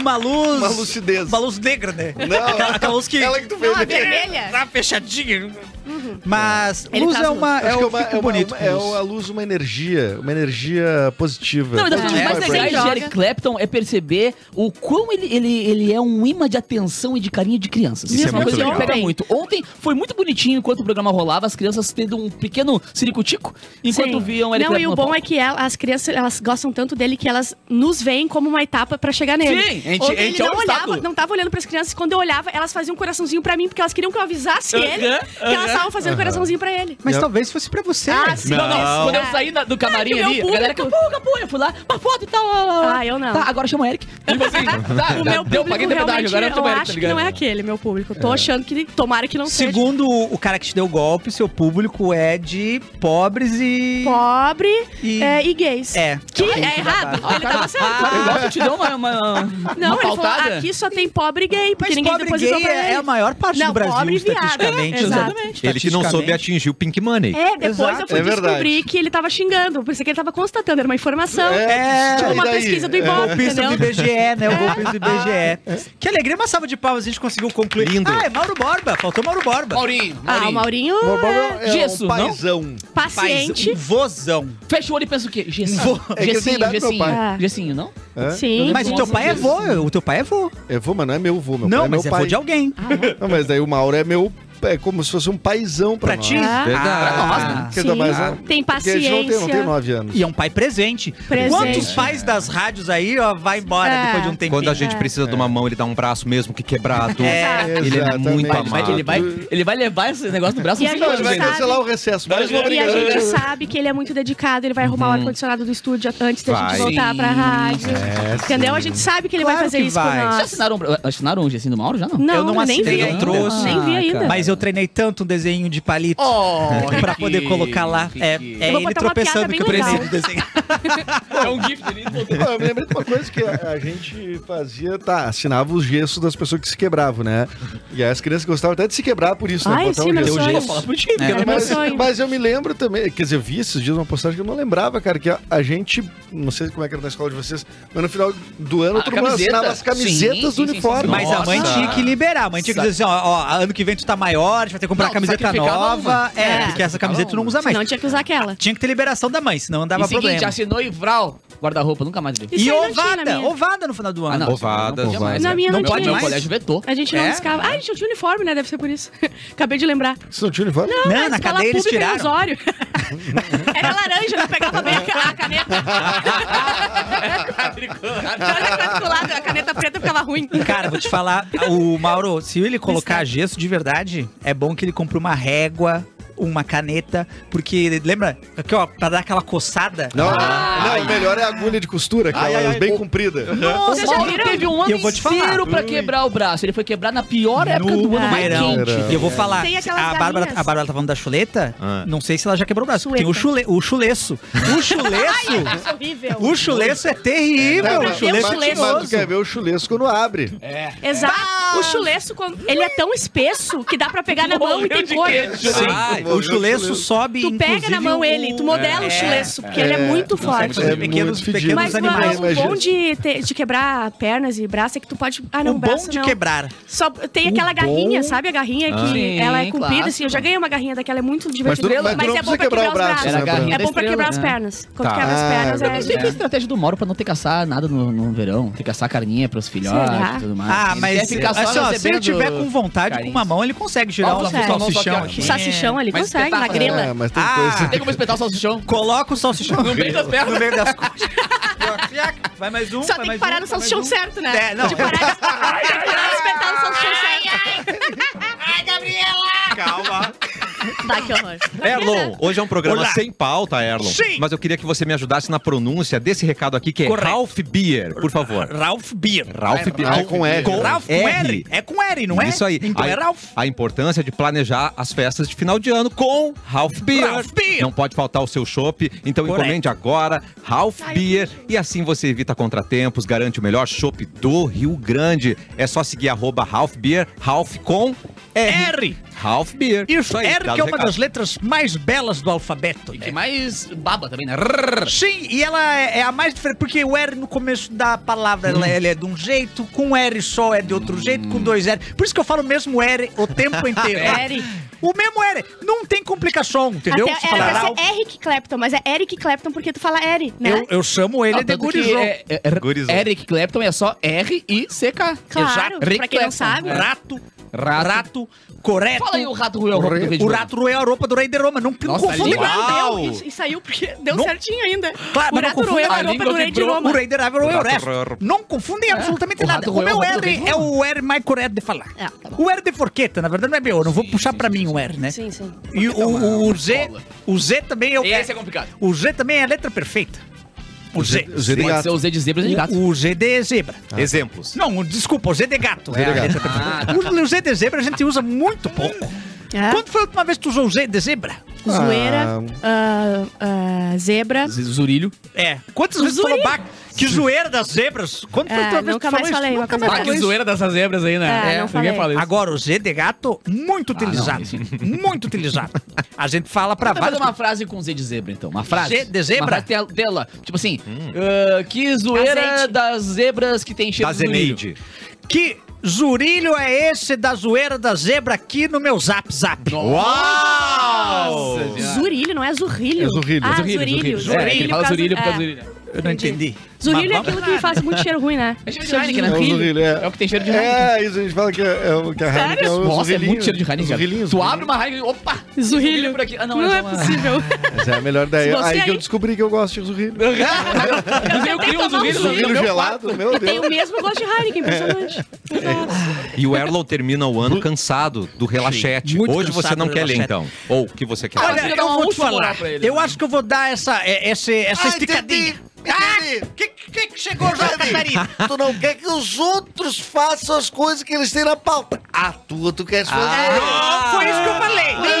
S4: Uma luz.
S5: uma lucidez.
S4: Uma luz negra, né?
S5: Não,
S4: aquela, aquela luz que.
S5: Ela que tu né?
S3: Não,
S5: fez
S3: a
S5: aqui.
S3: Ah, vermelha.
S4: Tá fechadinha. Mas
S3: Uhum. Ele
S4: luz
S3: tá
S4: é uma.
S5: Acho que
S4: É
S5: é
S4: o
S5: uma, é
S4: fico
S5: uma-
S4: bonito.
S5: é
S4: com luz.
S5: uma luz, uma energia, uma energia positiva.
S2: Não, e das coisas
S3: É,
S2: mais
S3: é
S2: legais
S3: verdade.
S2: de Eric Clapton é perceber o quão ele, ele, ele é um imã de atenção e de carinho de crianças.
S1: Isso é
S2: uma
S1: muito
S2: coisa que
S1: legal.
S2: me pega muito. Ontem foi muito bonitinho, enquanto o programa rolava, as crianças tendo um pequeno ciricutico, enquanto
S3: Sim.
S2: viam Eric
S3: Não,
S2: Clapton.
S3: e o bom é que ela- as crianças, elas gostam tanto dele que elas nos veem como uma etapa pra chegar nele.
S2: Sim, a gente-
S3: Ontem
S2: a gente
S3: ele
S2: é um
S3: não olhava,
S2: obstáculo.
S3: não tava olhando pras crianças, quando eu olhava, elas faziam um coraçãozinho pra mim, porque elas queriam que eu avisasse
S2: Aham,
S3: ele que elas
S2: aham.
S3: estavam fazendo um coraçãozinho pra ele.
S4: Mas
S5: Eu-
S4: talvez fosse pra você.
S3: Ah, sim.
S2: Não, não,
S1: Não.
S2: quando eu saí da- do camarim
S3: Ai, que meu
S2: ali, a
S3: público.
S2: galera, capu, capu, eu fui lá, uma foto e tal. lá, lá, lá.
S3: Ah, eu não.
S2: Tá, agora chama o Eric. Tipo assim, tá,
S3: O meu
S2: deu,
S3: público
S2: paguei liberdade,
S3: realmente,
S2: agora
S3: eu
S2: chama o Eric, tá
S3: acho que
S2: ligado?
S3: não é aquele, meu público. Eu tô achando que, tomara que não seja.
S4: Segundo o o cara que te deu o golpe, seu público é de pobres e.
S3: Pobre
S4: E-
S3: e, e gays.
S4: É.
S3: Que é errado. Ele tava certo.
S2: Ah, o golpe te deu uma, uma, uma
S3: Não, ele falou,
S2: pautada?
S3: aqui só tem pobre e gay, porque
S4: Mas
S3: ninguém
S4: pobre
S3: depositou
S4: gay
S3: pra
S4: é,
S3: ele.
S4: é a maior parte
S3: Não,
S4: do Brasil,
S3: pobre e viado.
S4: estatisticamente.
S3: Exato.
S1: Ele que não soube
S4: Estatisticamente.
S1: atingir o Pink Money.
S3: É, depois eu
S4: Exato.
S3: fui
S5: É verdade.
S3: descobrir que ele tava xingando. Por isso é que ele tava constatando, era uma informação.
S4: É,
S3: Tipo
S5: e
S3: uma
S5: daí?
S3: pesquisa do
S5: É.
S3: Ibope,
S4: golpista do
S3: entendeu? É.
S4: IBGE, né? O golpista do IBGE. Que alegria, uma salva de palmas, a gente conseguiu concluir.
S1: Lindo.
S4: Ah, é Mauro Borba, faltou Mauro Borba.
S2: Maurinho,
S3: Ah, o
S2: Maurinho.
S3: Maurinho
S5: Uma bola
S3: é
S5: é
S2: Gesso,
S5: um
S2: não?
S5: paizão.
S4: Paizão,
S3: paciente.
S4: um vozão.
S2: Fecha o olho e pensa o quê? Gessinho.
S5: Vô. É que eu tenho
S2: Gessinho,
S5: idade do meu
S2: Gessinho.
S5: pai.
S2: Ah. Gessinho, não?
S5: Hã?
S3: Sim.
S4: Mas o teu pai é vô, o teu pai é vô.
S5: Eu vou, mas não é meu avô, meu pai
S4: Não,
S5: é meu
S4: mas é
S5: pai.
S4: vô de alguém.
S3: Ah,
S5: Não, mas daí o Mauro é meu. É como se fosse um paizão pra,
S4: Pra
S5: nós.
S4: ti?
S3: Ah,
S4: Ah,
S5: Quer dar
S3: sim.
S5: mais, né?
S3: Tem
S5: Porque a gente não tem, não tem
S3: paciência.
S5: nove anos.
S4: E é um pai presente.
S3: Presente.
S4: Quantos pais das rádios aí, ó, vai embora
S3: É.
S4: depois de um tempinho?
S1: Quando a gente precisa de
S2: É.
S1: uma mão, ele dá um braço mesmo que quebrado.
S4: É.
S1: Ele é
S5: Exatamente.
S1: muito
S2: Ele vai,
S1: amado.
S2: ele, vai, ele vai levar esse negócio no braço
S3: E
S2: no
S3: a
S5: Não,
S2: final
S5: ele vai
S2: do
S3: sabe.
S5: cancelar o recesso. Mas uma
S3: E a
S5: brincadeira.
S3: gente sabe que ele é muito dedicado, ele vai arrumar o
S4: Uhum.
S3: ar-condicionado do estúdio antes da
S1: Vai.
S3: gente voltar pra rádio. entendeu? A gente sabe que ele
S4: É, Claro
S3: vai fazer
S4: que
S3: isso
S4: vai.
S3: com
S2: Já
S3: nós.
S2: assinaram, um assinaram o Gessinho do Mauro? Já não?
S3: Não,
S4: Eu não
S3: nem
S4: assinei,
S3: vi.
S4: eu trouxe.
S3: Nem vi
S2: Ah,
S3: ainda.
S2: cara.
S4: Mas eu treinei tanto um desenho de palito.
S2: Oh,
S4: pra poder colocar lá. É, é
S3: Eu vou
S4: ele
S3: botar uma
S4: tropeçando
S3: piada
S4: que eu
S3: bem
S4: preciso
S3: legal.
S4: desenhar.
S2: É um gift ali.
S5: Pô, eu me lembrei de uma coisa que a, a gente fazia, tá, assinava os gessos das pessoas que se quebravam, né? E aí as crianças gostavam até de se quebrar por isso, né?
S3: Ai,
S4: um
S3: sim, meu
S5: gesso.
S3: sonho.
S4: É.
S3: Era meu
S5: Mas,
S3: sonho.
S5: mas eu me lembro também, quer dizer, eu vi esses dias uma postagem que eu não lembrava, cara, que a, a gente, não sei como é que era na escola de vocês, mas no final do ano
S2: A
S5: todo mundo
S2: camiseta.
S5: assinava as camisetas
S2: Sim, sim,
S5: do
S2: sim, sim,
S5: uniforme.
S2: sim.
S4: Mas a mãe
S2: Nossa.
S4: tinha que liberar. A mãe tinha que dizer assim: ó, ó, ano que vem tu tá maior, a gente vai ter que comprar
S2: Não,
S4: camiseta
S2: sacrificava
S4: nova.
S2: uma.
S4: É,
S3: É.
S4: porque essa camiseta tu não usa mais.
S3: Senão tinha que usar aquela.
S4: Tinha que ter liberação da mãe, senão
S2: E
S4: dava
S2: seguinte, assim,
S4: problema.
S2: assinou e Vral. Guarda-roupa, nunca mais deu.
S3: Isso
S4: E
S3: aí não tinha na
S4: ovada,
S3: minha.
S4: ovada no final do ano.
S1: não. Ovadas,
S2: Ah, não podia mais,
S3: Na
S2: né?
S3: minha
S4: não
S3: não
S4: pode
S3: tinha
S2: Meu
S4: mais?
S3: isso.
S2: colégio vetou.
S3: A gente
S4: É?
S3: não descava. Ah, a gente não tinha uniforme, né? Deve ser por isso. Acabei de lembrar.
S5: Você não tinha uniforme?
S4: Não,
S3: Ah,
S4: na
S3: escola
S4: cadeia eles
S3: pública em
S4: tiraram.
S3: Osório. Era laranja, não pegava bem a ca- a caneta. Era quadriculado, a caneta preta ficava ruim.
S4: Cara, vou te falar, o Mauro, se ele colocar gesso de verdade, é bom que ele compre uma régua, uma caneta, porque lembra? Aqui, ó, pra dar aquela coçada.
S5: Não, não, o melhor é a agulha de costura, aquela
S4: Ai, ai, ai,
S5: bem
S4: o-
S5: comprida.
S2: Nossa,
S3: Vocês já
S2: Mauro
S3: viram?
S2: teve um
S4: E
S2: ano
S4: eu vou te falar.
S2: inteiro pra quebrar o braço. Ele foi quebrar na pior é época do ano, mais
S4: verão.
S2: quente.
S4: E eu vou falar,
S3: Tem aquelas
S4: a Bárbara,
S3: galinhas.
S4: a Bárbara tá falando da chuleta,
S1: Ah.
S4: não sei se ela já quebrou o braço. porque Tem o, chule, o chuleço. O chuleço...
S3: Isso é horrível.
S4: o chuleço é terrível.
S5: Não,
S4: o
S5: mas-
S4: chuleço
S5: mas-
S4: é
S5: mas tu quer ver o chulesco quando abre.
S3: Exato. O chuleço, quando- ele é tão espesso que dá pra pegar na Tá mão e tem cor.
S2: Sim.
S4: Sim.
S5: vou
S4: o
S5: olhar o
S4: chuleço
S5: chuleço.
S4: sobe,
S3: Tu pega
S4: inclusive,
S3: na mão
S4: o-
S3: ele, tu modela
S4: É,
S3: o chuleço, porque ele é muito
S2: sei
S3: forte.
S2: muito bem.
S4: São
S5: É
S4: pequenos,
S5: muito fedido.
S4: pequenos
S3: Mas mano,
S4: animais.
S3: o bom
S5: imagina.
S3: de, ter- de quebrar pernas e braço é que tu pode. Ah, não,
S4: o Um bom
S3: braço
S4: de
S3: não.
S4: quebrar.
S3: Só tem aquela garrinha, sabe? A garrinha que
S2: Sim,
S3: ela é comprida,
S2: clássico.
S3: assim. Eu já ganhei uma garrinha daquela, é muito
S5: Mas tu,
S3: divertida.
S5: mas tu não
S3: é bom
S5: precisa
S3: pra
S5: quebrar o braço,
S2: Era
S5: né?
S2: a garrinha
S5: Bran?
S3: É bom pra
S2: Estrela,
S3: quebrar as
S2: né?
S3: pernas. Quando
S1: Tá.
S3: quebra as
S5: Ah,
S3: pernas,
S5: é
S2: Eu
S3: é.
S2: sei que a estratégia do Mauro pra não ter que caçar nada no, no verão. Ter que caçar carninha pros filhotes
S3: Será?
S2: e tudo mais.
S4: Ah,
S2: Ele quer
S4: mas
S2: ficar só
S4: assim, ó,
S2: recebendo
S4: se ele tiver com vontade,
S2: carinho.
S4: com uma mão, ele consegue girar
S2: Ó,
S4: um
S3: consegue.
S4: salsichão
S2: Aqui.
S4: aqui.
S3: O salsichão ali
S2: Mas
S3: consegue, na
S2: espetáculo,
S3: grela.
S5: É, mas tem
S4: Ah,
S5: coisa.
S2: Tem como espetar o salsichão?
S4: Coloca o salsichão no
S2: meio das pernas.
S4: No meio das costas. Vai mais um,
S3: Só
S4: vai
S3: tem que
S4: mais
S3: parar
S4: um,
S3: no
S4: vai mais
S3: salsichão
S4: um.
S3: certo, né?
S4: É, não.
S3: De parar de parar de espetar no salsichão certo.
S4: Calma.
S3: Tá, que horror.
S2: né?
S1: Erlon, hoje é um programa
S4: Olá.
S1: sem pauta, Erlon.
S4: Sim.
S1: Mas eu queria que você me ajudasse na pronúncia desse recado aqui, que é
S4: Correto.
S1: Ralph Beer, por favor.
S4: Ralph Beer.
S1: Ralph Beer.
S5: Ralph com R.
S1: Com
S4: Ralph com
S1: R.
S4: R. É com R, não é?
S1: Isso aí.
S4: Então
S1: a,
S4: é Ralph.
S1: A importância de planejar as festas de final de ano com Ralph Beer.
S4: Ralph Beer.
S1: Não pode faltar o seu chopp, então
S4: Correto.
S1: encomende agora Ralph Beer e assim você evita contratempos, garante o melhor chopp do Rio Grande. É só seguir arroba Ralph Beer, Ralph com R.
S4: R.
S1: Ralph Beer.
S4: Isso,
S1: aí,
S4: R
S1: dado
S4: que é uma
S1: recado.
S4: das letras mais belas do alfabeto.
S2: E que mais baba também, né? Rrr.
S4: Sim, e ela é é a mais diferente, porque o R no começo da palavra
S2: Uhum.
S4: ela, ela é de um jeito, com um R só é de outro jeito, com dois R. Por isso que eu falo o mesmo R o tempo inteiro.
S3: R.
S4: O mesmo R. Não tem complicação, entendeu?
S3: Até
S4: Se
S3: era
S4: falar
S3: pra
S4: Ralph,
S3: ser Eric Clapton, mas é Eric Clapton porque tu fala Eric, né?
S4: eu, eu chamo ele
S2: Não,
S4: de
S2: tanto que
S4: gurizão.
S2: é- é- é-
S1: Gurizão.
S2: Eric Clapton é só R e CK.
S3: Claro,
S2: Exato.
S3: pra
S2: Rick
S3: quem
S2: Clapton.
S3: não sabe.
S2: É.
S4: Rato,
S2: Rato.
S4: rato, correto.
S2: Fala aí o rato ruim, o roupa do
S5: Correto.
S2: Rede
S4: O
S2: Globo.
S4: rato roeu a roupa do rei de Roma. Não, não
S2: Nossa,
S4: confunde
S3: E
S2: língua.
S4: nada.
S3: não
S1: Uau!
S3: deu, e, e saiu porque deu
S4: Não-
S3: certinho ainda.
S4: Claro,
S3: o
S4: mas não
S3: rato
S4: confunda
S3: roeu
S2: a
S3: a roupa
S2: língua
S3: do É.
S2: que
S3: rei de
S2: quebrou.
S3: Roma.
S4: O rei de Roma é o
S1: rato
S4: resto.
S1: roeu a roupa.
S4: Não confundem absolutamente
S2: O
S4: nada.
S2: rato
S4: O
S2: roeu
S4: meu
S2: a roupa do rei
S4: R
S2: de
S4: é
S2: Roma.
S4: o R mais correto de falar.
S3: Ah, tá bom.
S4: O R de forqueta, na verdade, não é meu. Eu não vou puxar pra mim o R, né?
S3: Sim, Então sim.
S4: E o, o- o Z, o Z também é o
S2: Esse é complicado.
S4: O Z também é a letra perfeita. O
S5: Z
S4: Z.
S5: de
S2: Pode ser
S5: gato.
S2: o Z de zebra e o Z de gato.
S4: O, o Z de zebra.
S1: Exemplos.
S4: Não, o- desculpa, o Z de gato.
S5: Z
S4: é
S5: de
S4: a
S5: gato.
S4: letra perfeita. O, o Z de zebra a gente usa muito pouco.
S3: Ah, tá. É.
S4: Quando foi a última vez que tu usou o Z de zebra?
S3: Zoeira, ah, ah, zebra.
S2: Z- Zurilho.
S4: É. Quantas vezes tu falou bac... Que zoeira das zebras? Quando foi a
S3: É,
S4: última vez que
S3: nunca
S4: tu
S3: mais
S4: falou isso?
S3: falei uma
S4: Nunca
S3: coisa
S4: mais
S2: Ah,
S3: dessa.
S4: falou
S2: que
S4: isso.
S2: zoeira dessas zebras aí, né?
S3: É, não
S2: ninguém
S3: falei.
S2: fala isso.
S4: Agora, o Z de gato, muito
S2: não,
S4: utilizado.
S2: esse-
S4: muito utilizado. A gente fala pra
S2: Vai fazer
S4: vários...
S2: uma frase com Z de zebra, então. Uma frase.
S4: Z de zebra?
S2: Uma frase dela- dela. Tipo assim, ah, que zoeira
S3: Azeite.
S2: das zebras que tem cheiro
S1: Da
S2: de zurilho.
S1: Zeneide.
S4: Que zurilho é esse da zoeira da zebra aqui no meu zap zap?
S1: Uau!
S2: Nossa, viado.
S3: Zurilho, não é zurrilho?
S5: É zurrilho.
S3: Ah,
S2: Zurilho,
S3: zurilho.
S2: zurilho. É, ele fala zurilho por causa do né?
S3: é.
S2: zurilho.
S4: Eu não entendi.
S3: Zurilho é
S4: Mas
S3: aquilo que faz muito cheiro ruim, né?
S2: É cheiro de Heineken, né?
S5: É o
S2: Rilho.
S5: zurrilho, é.
S2: É o que tem cheiro de Heineken.
S5: É, isso a gente fala que é, é o que a Heineken é o
S2: Nossa, é
S5: zurrilhinho.
S2: muito cheiro de
S5: Os
S2: Heineken.
S5: zurrilhinhos,
S2: Tu
S5: né?
S2: abre uma Heineken, opa!
S3: Zurilho.
S2: por aqui. Ah, não,
S3: Não
S2: é
S3: é
S2: uma...
S3: possível.
S5: Mas é a melhor daí.
S3: Se você
S5: Aí que eu
S3: aí-
S5: descobri que eu gosto de zurrilho.
S2: Eu crio um
S3: tomar um
S2: zurilho no
S5: Zurrilho
S2: meu
S5: gelado, meu
S3: E tem um
S5: Deus.
S3: o mesmo gosto de Heineken, impressionante.
S1: E o Erlon termina o ano cansado do relaxete.
S4: muito
S1: Hoje você
S4: cansado
S1: não
S4: do
S1: quer ler,
S4: relaxete.
S1: então. Ou o que você quer
S4: Olha,
S1: fazer.
S2: Vamos
S4: eu
S2: dar uma
S4: vou te
S2: última moral
S4: falar.
S2: pra ele,
S4: Eu
S2: né?
S4: acho que eu vou dar essa, é, essa, essa
S6: Ah,
S4: esticadinha.
S6: entendi, entendi.
S4: Ah, que, que que chegou já,
S6: Entendi.
S4: Catarina?
S6: Tu não quer que os outros façam as coisas que eles têm na pauta. A tua tu queres fazer.
S4: Não, foi isso que eu falei.
S2: Ah,
S3: Briga,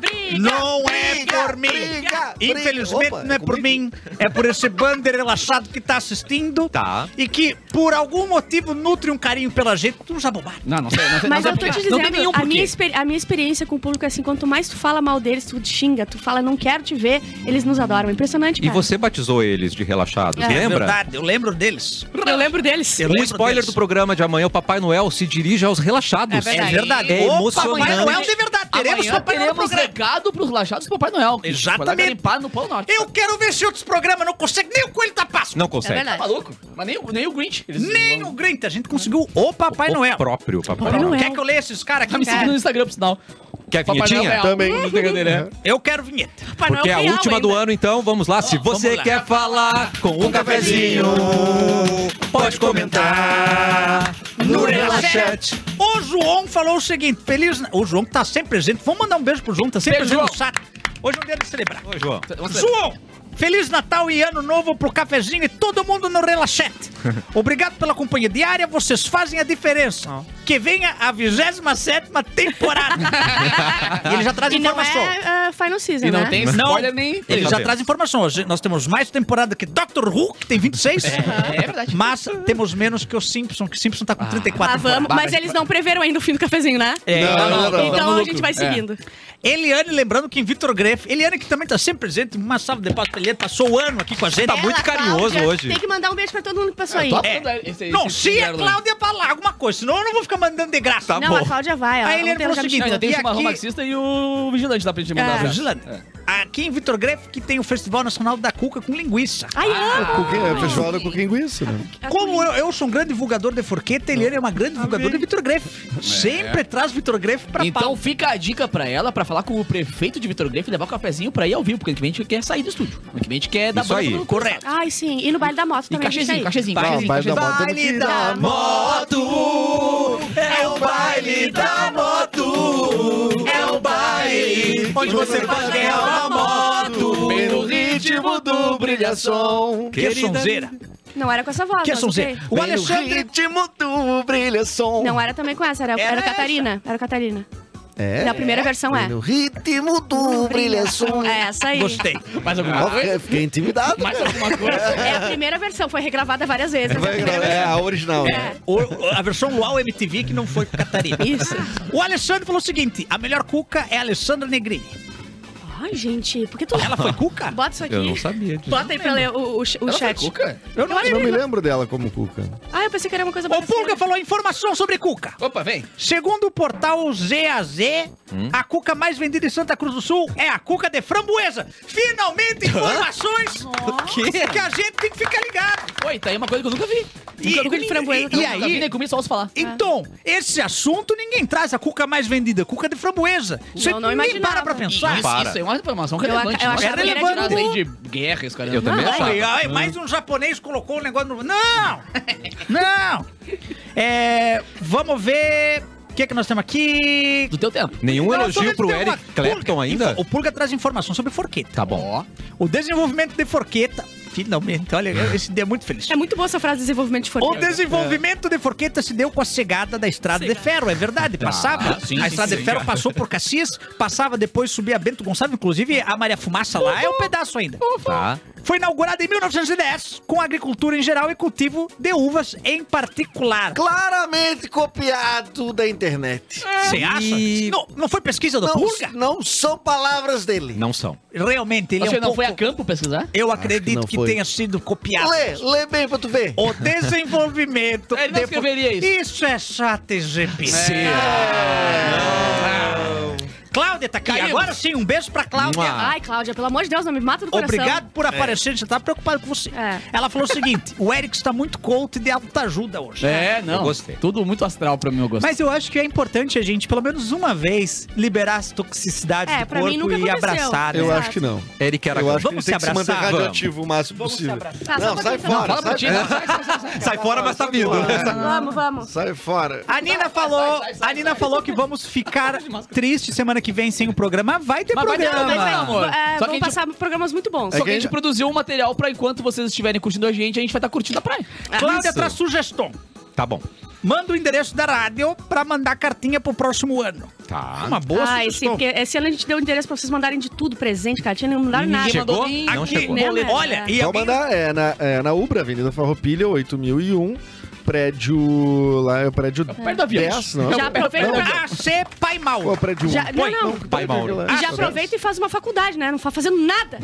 S3: briga.
S4: Não é
S6: briga,
S4: por mim.
S6: briga, briga.
S4: Infelizmente
S6: Opa,
S4: não é
S6: é
S4: por
S6: comigo?
S4: mim. É por esse bander relaxado que tá assistindo.
S1: Tá.
S4: E que, por algum motivo, nutre um carinho pela gente. Tu não já bobagem.
S2: Não, não sei, não sei.
S3: Mas é
S2: não
S3: eu
S2: sei
S3: tô te
S2: porquê. Não tem nenhum
S3: dizendo, a
S2: porquê.
S3: minha, exper- a minha experiência com o público é assim, quanto mais tu fala mal deles, tu xinga, tu fala não quero te ver, eles nos adoram. Impressionante,
S1: E
S3: cara.
S1: você batizou eles de relaxados,
S3: É.
S4: É
S1: lembra?
S4: verdade, eu lembro deles.
S3: Eu lembro deles.
S4: Eu
S1: Um
S4: lembro
S1: spoiler
S4: deles.
S1: do programa de amanhã, o Papai Noel se dirige aos relaxados.
S3: É verdade.
S4: É verdade.
S1: É
S4: Opa,
S1: emocionante.
S4: Papai Noel de verdade. Teremos
S2: Amanhã
S4: Papai Noel no
S2: teremos
S4: programa.
S2: recado pros relaxados do Papai Noel. Tipo, que
S4: Exatamente.
S2: foi lá garimpar no Polo Norte.
S4: Eu quero ver se outros programas não conseguem nem o Coelho da Páscoa.
S1: Não
S3: É
S1: consegue.
S2: Tá
S3: verdade.
S2: maluco? Mas nem, o- nem o Grinch. Eles
S4: Nem o Grinta. A gente conseguiu o Papai
S1: o
S4: Noel.
S1: próprio Papai
S3: Papai
S1: Noel.
S3: Noel.
S4: Quer que eu leia esses caras
S2: Tá me
S4: aqui? É.
S2: seguindo no Instagram, por sinal.
S1: Quer
S2: Papai Noel
S1: vinhetinha?
S2: real.
S5: Também.
S2: Não tem brincadeira, né?
S4: Eu quero vinheta.
S3: Papai Noel
S1: Porque é a
S3: real
S1: última
S3: ainda.
S1: do ano, então vamos lá. Se você
S4: vamos lá.
S1: quer falar com um cafezinho, pode comentar no relaxete.
S4: O João falou o seguinte: feliz. na- O João que tá sempre presente. Vamos mandar um beijo pro João, tá sempre
S2: Beijo,
S4: presente no
S2: João.
S4: chat. Hoje é um dia de celebrar.
S1: Ô, João.
S2: Vamos ver.
S4: João! Feliz Natal e Ano Novo pro cafezinho e todo mundo no Relaxete. Obrigado pela companhia diária, vocês fazem a diferença. que venha a 27 temporada. e ele já traz
S3: E não
S4: informação.
S3: é ah, Final Season,
S2: E não
S3: né?
S2: tem
S4: Não.
S2: spoiler nem.
S4: Ele já
S1: Sabemos.
S4: traz informação. Hoje Nós temos mais temporada que Doctor Who, que tem 26.
S2: é verdade.
S4: Mas temos menos que o Simpson, que o Simpson tá com 34.
S3: Ah, vamos.
S4: temporadas.
S3: Mas eles não preveram ainda o fim do cafezinho, né?
S4: É,
S5: Não,
S4: então-
S5: não, não.
S3: Então
S2: Tamo
S3: a
S2: no
S3: gente
S2: lucro.
S3: vai
S2: É.
S3: seguindo.
S4: Eliane, lembrando que em Vitor Greff, Eliane que também tá sempre presente, uma salva de palmas pra Eliane, passou o ano aqui com a gente.
S1: Tá muito carinhoso
S3: Cláudia,
S1: hoje.
S3: Tem que mandar um beijo pra todo mundo que passou aí.
S2: Top
S4: É.
S2: da- esse- esse
S4: Não, se a
S2: Cinderela.
S4: Cláudia falar alguma coisa, senão eu não vou ficar mandando de graça.
S1: Tá
S3: não, a Cláudia vai. Ela
S4: Aí ele
S3: ontem
S4: falou
S3: já
S4: o
S3: me
S4: seguinte,
S2: Não,
S3: xingou.
S2: ainda tem
S4: E
S2: o chimarrão
S4: aqui-
S2: marxista e o vigilante dá pra gente
S4: Ah,
S2: mandar. pra-
S4: Gilane, Aqui em Vitor Greff que tem o Festival Nacional da Cuca com linguiça.
S6: Ah,
S3: Ai, amo!
S5: Cuquinha, é feijoada com linguiça, né?
S6: é
S4: Como eu, eu sou um grande divulgador de forqueta, Eliane é uma grande
S6: Tá
S4: divulgadora de Vitor Greff. Sempre traz Vitor Greff pra
S2: Então
S4: pauta.
S2: fica a dica pra ela pra falar com o prefeito de Vitor Greff e levar o cafezinho pra ir ao vivo, porque o cliente quer sair do estúdio. O cliente quer dar
S1: Isso
S2: banda
S1: aí.
S2: pelo cu.
S4: Correto.
S3: Ai, sim. E no baile da moto
S2: E
S3: Ah, também.
S2: cachezinho,
S3: deixa aí.
S2: cachezinho,
S5: Não,
S2: cachezinho.
S5: baile da
S2: cachezinho.
S5: Ah, moto
S4: Baile
S5: temos que-
S4: da
S6: Moto é o baile da moto, é o baile onde você pode ganhar uma moto pelo ritmo do brilhação.
S4: Que sonzeira.
S3: Não era com essa voz,
S4: Que
S3: mas
S4: sonzeira.
S3: ok.
S4: O
S6: Pelo
S4: Alexandre...
S6: ritmo do brilhação.
S3: Não era também com essa, era, era,
S4: Era
S3: Catarina. Era Catarina.
S5: É.
S3: Na primeira versão é.
S6: Pelo ritmo do brilhação.
S3: É essa aí.
S4: Gostei.
S2: Mais alguma
S5: Ah,
S2: coisa?
S5: fiquei- fiquei intimidado. né?
S2: Mais
S5: cara.
S2: alguma coisa?
S3: É a primeira versão, foi regravada várias vezes. mas é a primeira
S5: É a original, né?
S3: versão.
S4: O- a versão Luau MTV que não foi com Catarina.
S3: Isso.
S4: O Alessandro falou o seguinte: a melhor cuca é a Alessandra Negrini.
S3: Ai, gente, por que tu.
S4: Ela foi cuca?
S3: Bota isso aqui.
S1: Eu não sabia disso.
S3: Bota aí pra ler o, o, o chat.
S2: Cuca?
S4: Eu não
S5: Eu não me lembro dela como Cuca.
S3: Ah, eu pensei que era uma coisa
S4: O
S3: parecida.
S4: Pulga falou informação sobre cuca.
S2: Opa, vem.
S4: Segundo o portal ZAZ,
S3: Hum?
S4: a cuca mais vendida em Santa Cruz do Sul é a cuca de framboesa. Finalmente, informações que a gente tem que ficar ligado.
S2: Oi, tá aí uma coisa que eu nunca vi.
S4: E-
S2: nunca vi de framboesa.
S4: e-
S2: nunca-
S4: e
S2: nunca
S4: aí?
S2: vi nem comi, só ouço
S3: É.
S2: falar.
S4: Então, esse assunto ninguém traz a cuca mais vendida, cuca de framboesa. Você
S3: não
S4: ninguém
S3: imaginava.
S4: para pra pensar.
S2: Isso,
S1: para.
S2: Isso é uma informação
S3: Eu
S2: relevante.
S3: ac- eu
S2: Nossa,
S3: achava
S2: é
S4: que era
S2: tirado
S4: tipo-
S2: aí de guerra, esse cara. é
S1: Eu também
S3: Não,
S1: achava.
S4: Ai, ai, mais um japonês colocou um negócio no. Não! Não! É, vamos ver. O que, é que nós temos aqui?
S2: Do teu tempo.
S1: Nenhum
S4: Não,
S1: um elogio
S4: sobre-
S1: pro
S4: tem uma-
S1: Eric Clapton
S4: Pulga.
S1: ainda?
S4: Info- O Pulga traz informação sobre forqueta.
S1: Tá bom.
S4: O desenvolvimento de forqueta. Finalmente, olha, esse dia é muito feliz.
S3: É muito boa essa frase de desenvolvimento de
S4: O
S3: forqueta.
S2: é,
S4: desenvolvimento de Forqueta se deu com a cegada da estrada de ferro, é verdade. Passava,
S2: Ah, sim,
S4: a
S2: sim,
S4: estrada
S2: sim.
S4: de ferro passou por Cassis, passava depois subia Bento Gonçalves, inclusive a Maria Fumaça lá é um pedaço ainda.
S1: Tá.
S4: Foi inaugurada em 1910 com agricultura em geral e cultivo de uvas em particular.
S6: Claramente copiado da internet.
S4: Você acha?
S1: E-
S4: Não, não foi pesquisa do
S6: Não,
S4: Pulga?
S6: não são palavras dele.
S1: Não são.
S4: Realmente, ele
S2: Você
S4: é um
S2: não foi a
S4: pouco-
S2: campo pesquisar?
S4: Eu
S5: não
S4: acredito que,
S5: foi.
S4: tenha sido copiado.
S6: Lê, lê bem pra tu ver.
S4: O desenvolvimento.
S2: Ele não
S4: de-
S2: escreveria isso.
S4: Isso é chat GPT. Cláudia tá aqui.
S2: Caímos.
S4: Agora sim, um beijo pra Cláudia.
S1: Mua.
S3: É, Ai, Cláudia, pelo amor de Deus, não me mata do coração.
S4: Obrigado por aparecer, você tá preocupado com você.
S3: É.
S4: Ela falou o seguinte: o Eric está muito coach de alta ajuda hoje.
S2: É, não.
S1: Eu gostei.
S2: Tudo muito astral pra mim, eu gostei.
S4: Mas eu acho que é importante a gente, pelo menos uma vez, liberar as toxicidades
S3: É,
S4: do
S3: pra mim
S4: corpo
S3: nunca
S4: e
S3: aconteceu.
S4: abraçar. né?
S5: Eu
S3: Exato.
S5: acho que não.
S1: Eric
S5: Eu
S1: Aragão.
S5: acho que ele
S4: Vamos
S5: tem
S4: se
S5: que se manter
S4: abraçar?
S5: radioativo o máximo
S4: Vamos se
S5: possível.
S4: abraçar.
S3: Tá, só
S6: Não,
S3: pra
S6: sai
S3: terminar.
S6: fora.
S2: Fala pra ti, não, sai, sai, sai, sai.
S1: Sai fora, mas tá vindo.
S3: Vamos, vamos.
S5: Sai fora.
S4: A Nina falou, a Nina falou que vamos ficar triste semana que vem sem o programa. Vai ter
S2: Mas vai ter,
S4: programa.
S2: vai ter, amor. Só
S3: É, vão
S2: que a gente-
S3: passar programas muito bons.
S2: Só
S5: É
S2: que a gente
S5: que-
S2: produziu um material pra enquanto vocês estiverem curtindo a gente, a gente vai estar curtindo a praia.
S4: Cláudia
S1: Isso.
S4: traz sugestão.
S1: Tá bom.
S4: Manda o endereço da rádio pra mandar cartinha pro próximo ano.
S1: Tá.
S4: Uma boa
S3: ah, esse,
S4: sugestão.
S3: porque esse ano a gente deu interesse pra vocês mandarem de tudo presente, cara. Tinha não mandaram tá nada.
S2: Ninguém mandou
S1: Chegou?
S2: nem-
S1: Não
S4: Aqui,
S1: chegou.
S3: né?
S4: boleto.
S3: mas-
S4: olha, e a
S5: Então
S4: Bia-
S5: mandar é na, é na Ubra, Avenida Farroupilha, 8001, prédio... Lá é o prédio
S2: Perto do avião.
S5: 10, não?
S3: Já aproveita pra-
S4: A C Pai Mal.
S5: Ou é o prédio 1?
S3: Já- não, não.
S1: Pai Mauro.
S5: Lá.
S3: E já aproveita e faz uma faculdade, né? Não tá fazendo nada.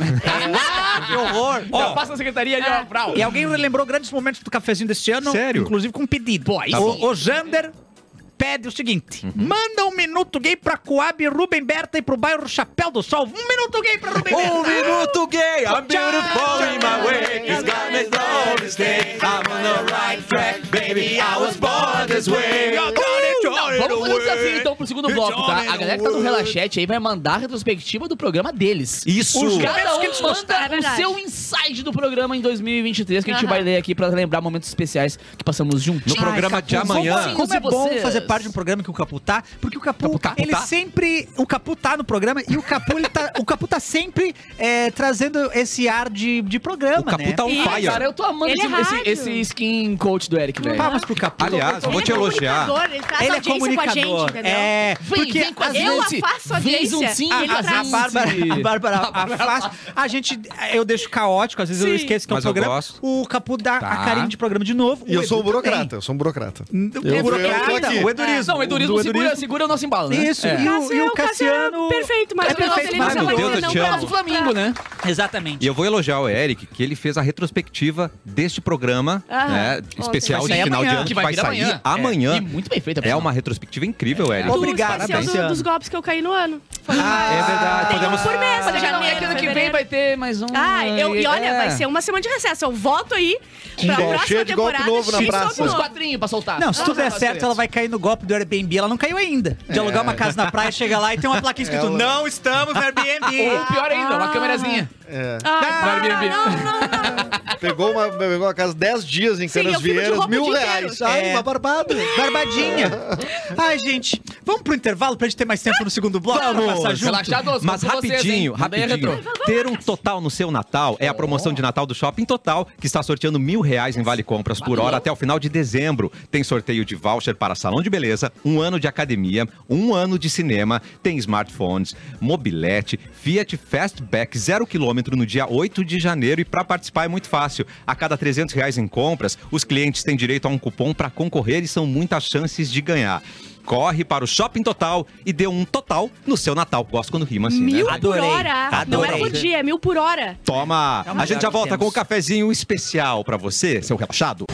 S4: Que horror.
S2: Já
S4: Ó,
S2: passa na secretaria ali, ó. Brau.
S4: e alguém lembrou grandes momentos do cafezinho deste ano.
S1: Sério?
S4: Inclusive com um pedido.
S2: Pô, aí sim.
S4: o, o Jander pede o seguinte.
S1: Uhum.
S4: Manda um minuto gay pra Coab, Rubem Berta e pro bairro Chapéu do Sol. Um minuto gay pra Rubem Berta.
S1: Um minuto gay, I'm beautiful in my way.
S6: It's got me through this day. I'm on the right track, baby. I was born this way.
S4: You're gonna do
S2: Vamos fazer um desafio então pro segundo bloco, tá? A galera que tá no Relaxete aí vai mandar a retrospectiva do programa deles.
S1: Isso!
S2: Os
S3: momentos
S2: cada um
S3: que eles
S2: manda
S3: gostaram, é
S2: o
S3: verdade.
S2: seu insight do programa em 2023 que a gente
S3: Aham.
S2: vai ler aqui pra lembrar momentos especiais que passamos juntos.
S1: No programa de amanhã.
S2: Sim,
S4: Como
S2: se
S4: é bom
S2: vocês-
S4: fazer parte de um programa que o Capu tá, porque o
S1: Capu
S4: Capu,
S1: tá?
S4: ele
S1: Tá?
S4: sempre, o Capu tá no programa e o Capu, ele tá, o Capu tá sempre é, trazendo esse ar de, de programa,
S1: O Capu
S4: né?
S1: tá on
S3: Isso,
S1: fire.
S2: Cara, eu tô amando
S3: Ele
S2: esse,
S3: é
S2: esse-
S3: rádio.
S2: esse skin coach do Eric, velho.
S4: Palmas pro Capu.
S1: Aliás, eu vou
S3: Ele
S1: te
S3: é
S1: elogiar.
S3: comunicador, Ele traz
S4: ele é
S3: audiência com a gente,
S4: comunicador.
S3: entendeu?
S4: é,
S2: Vem,
S4: porque
S2: vem com a
S4: às
S2: gente.
S3: Eu
S4: vezes-
S3: afasto a
S2: Vem
S3: audiência
S2: um sim,
S3: e ele
S4: a, a
S3: traz.
S4: Bárbara, a
S2: Sim.
S4: Bárbara afasta. A gente, eu deixo caótico, às vezes eu
S3: Sim.
S4: esqueço que é um
S1: Mas eu
S4: programa.
S1: gosto. Tá.
S4: O Capu dá a carinha de programa de novo.
S5: E eu
S4: Edu
S5: sou um
S4: também.
S5: burocrata, eu sou um burocrata.
S4: O
S5: Eu- eu tô
S4: burocrata,
S5: aqui. É.
S4: o edurismo.
S2: É, Não, o Edurismo,
S4: Do
S2: segura, segura o nosso embalo, né?
S4: Isso,
S2: É.
S4: e o,
S3: Cássio
S4: e
S3: é-
S4: o
S3: Cássio é
S4: Cassiano.
S3: perfeito, mas
S4: é
S3: o nosso
S4: perfeito,
S3: ele não
S1: maravilhoso.
S3: trabalhou,
S1: Meu Deus, eu
S3: não
S1: te
S3: pra-
S1: amo.
S2: O Flamingo, né?
S4: Exatamente.
S1: E eu vou elogiar o Eric, que ele fez a retrospectiva deste programa,
S3: Aham.
S1: né,
S3: Ontem.
S1: especial
S3: Vai
S1: de
S2: sair
S1: final de
S2: amanhã,
S1: ano, que
S2: que vai
S1: vai
S2: vir
S1: sair
S2: amanhã.
S1: amanhã.
S2: E muito bem feita, por
S1: É
S2: sinal.
S1: uma retrospectiva incrível, Eric.
S3: do
S4: Obrigado,
S3: especial
S4: Cassiano.
S3: do, é dos golpes que eu caí no ano.
S1: É verdade, podemos...
S3: um Por mês,
S2: Mas já nem
S3: janeiro,
S2: ano que vem
S3: fevereiro.
S2: vai ter mais um.
S3: Ah, eu, e olha,
S2: é.
S3: vai ser uma semana de recesso. Eu volto aí pra
S5: Bom,
S3: próxima
S5: cheio de golpe
S3: temporada.
S5: novo na
S3: cheio de
S5: praça.
S3: golpe
S2: Uns
S3: novo.
S2: quadrinhos pra soltar.
S4: Não, se tudo der
S2: Ah,
S4: certo, ela vai cair no golpe do Airbnb. Ela não caiu ainda. De alugar
S1: É.
S4: uma casa na praia, chega lá e tem uma plaquinha escrito:
S5: Ela-
S4: Não estamos no
S2: Ou
S4: Airbnb.
S2: pior ainda, uma câmerazinha.
S5: É.
S3: Ai,
S2: Barbie Bebê.
S3: não, não, não,
S5: né?
S3: não.
S5: Pegou uma, pegou uma casa 10 dias em
S3: Sim, eu
S5: Canas
S3: fico de
S5: Vieiras,
S3: roupa o
S5: mil
S3: dia
S5: reais.
S3: inteiro.
S5: Ai,
S4: É.
S5: uma barbada.
S4: Barbadinha. Ai, gente, vamos pro intervalo pra gente ter mais tempo no segundo bloco pra passar junto?
S2: Relaxados,
S1: Mas
S2: com vocês, hein?
S1: rapidinho,
S2: Mandei a
S1: rapidinho.
S2: retro.
S1: Ter um total no seu Natal é a promoção de Natal do Shopping Total, que está sorteando mil reais em Vale Compras por hora até o final de dezembro. Tem sorteio de voucher para salão de beleza, um ano de academia, um ano de cinema, tem smartphones, mobilete, Fiat Fastback zero quilômetro no dia 8 de janeiro. E para participar é muito fácil. A cada 300 reais em compras, os clientes têm direito a um cupom para concorrer e são muitas chances de ganhar. Corre para o Shopping Total e dê um total no seu Natal. Gosto quando rima assim,
S3: Mil
S1: né?
S4: Adorei,
S3: por hora. Não é
S1: adorei.
S3: por dia, é mil por hora.
S1: Toma!
S4: É o
S1: a
S4: melhor
S1: gente já
S4: que
S1: volta
S4: temos.
S1: com um cafezinho especial pra você, seu relaxado.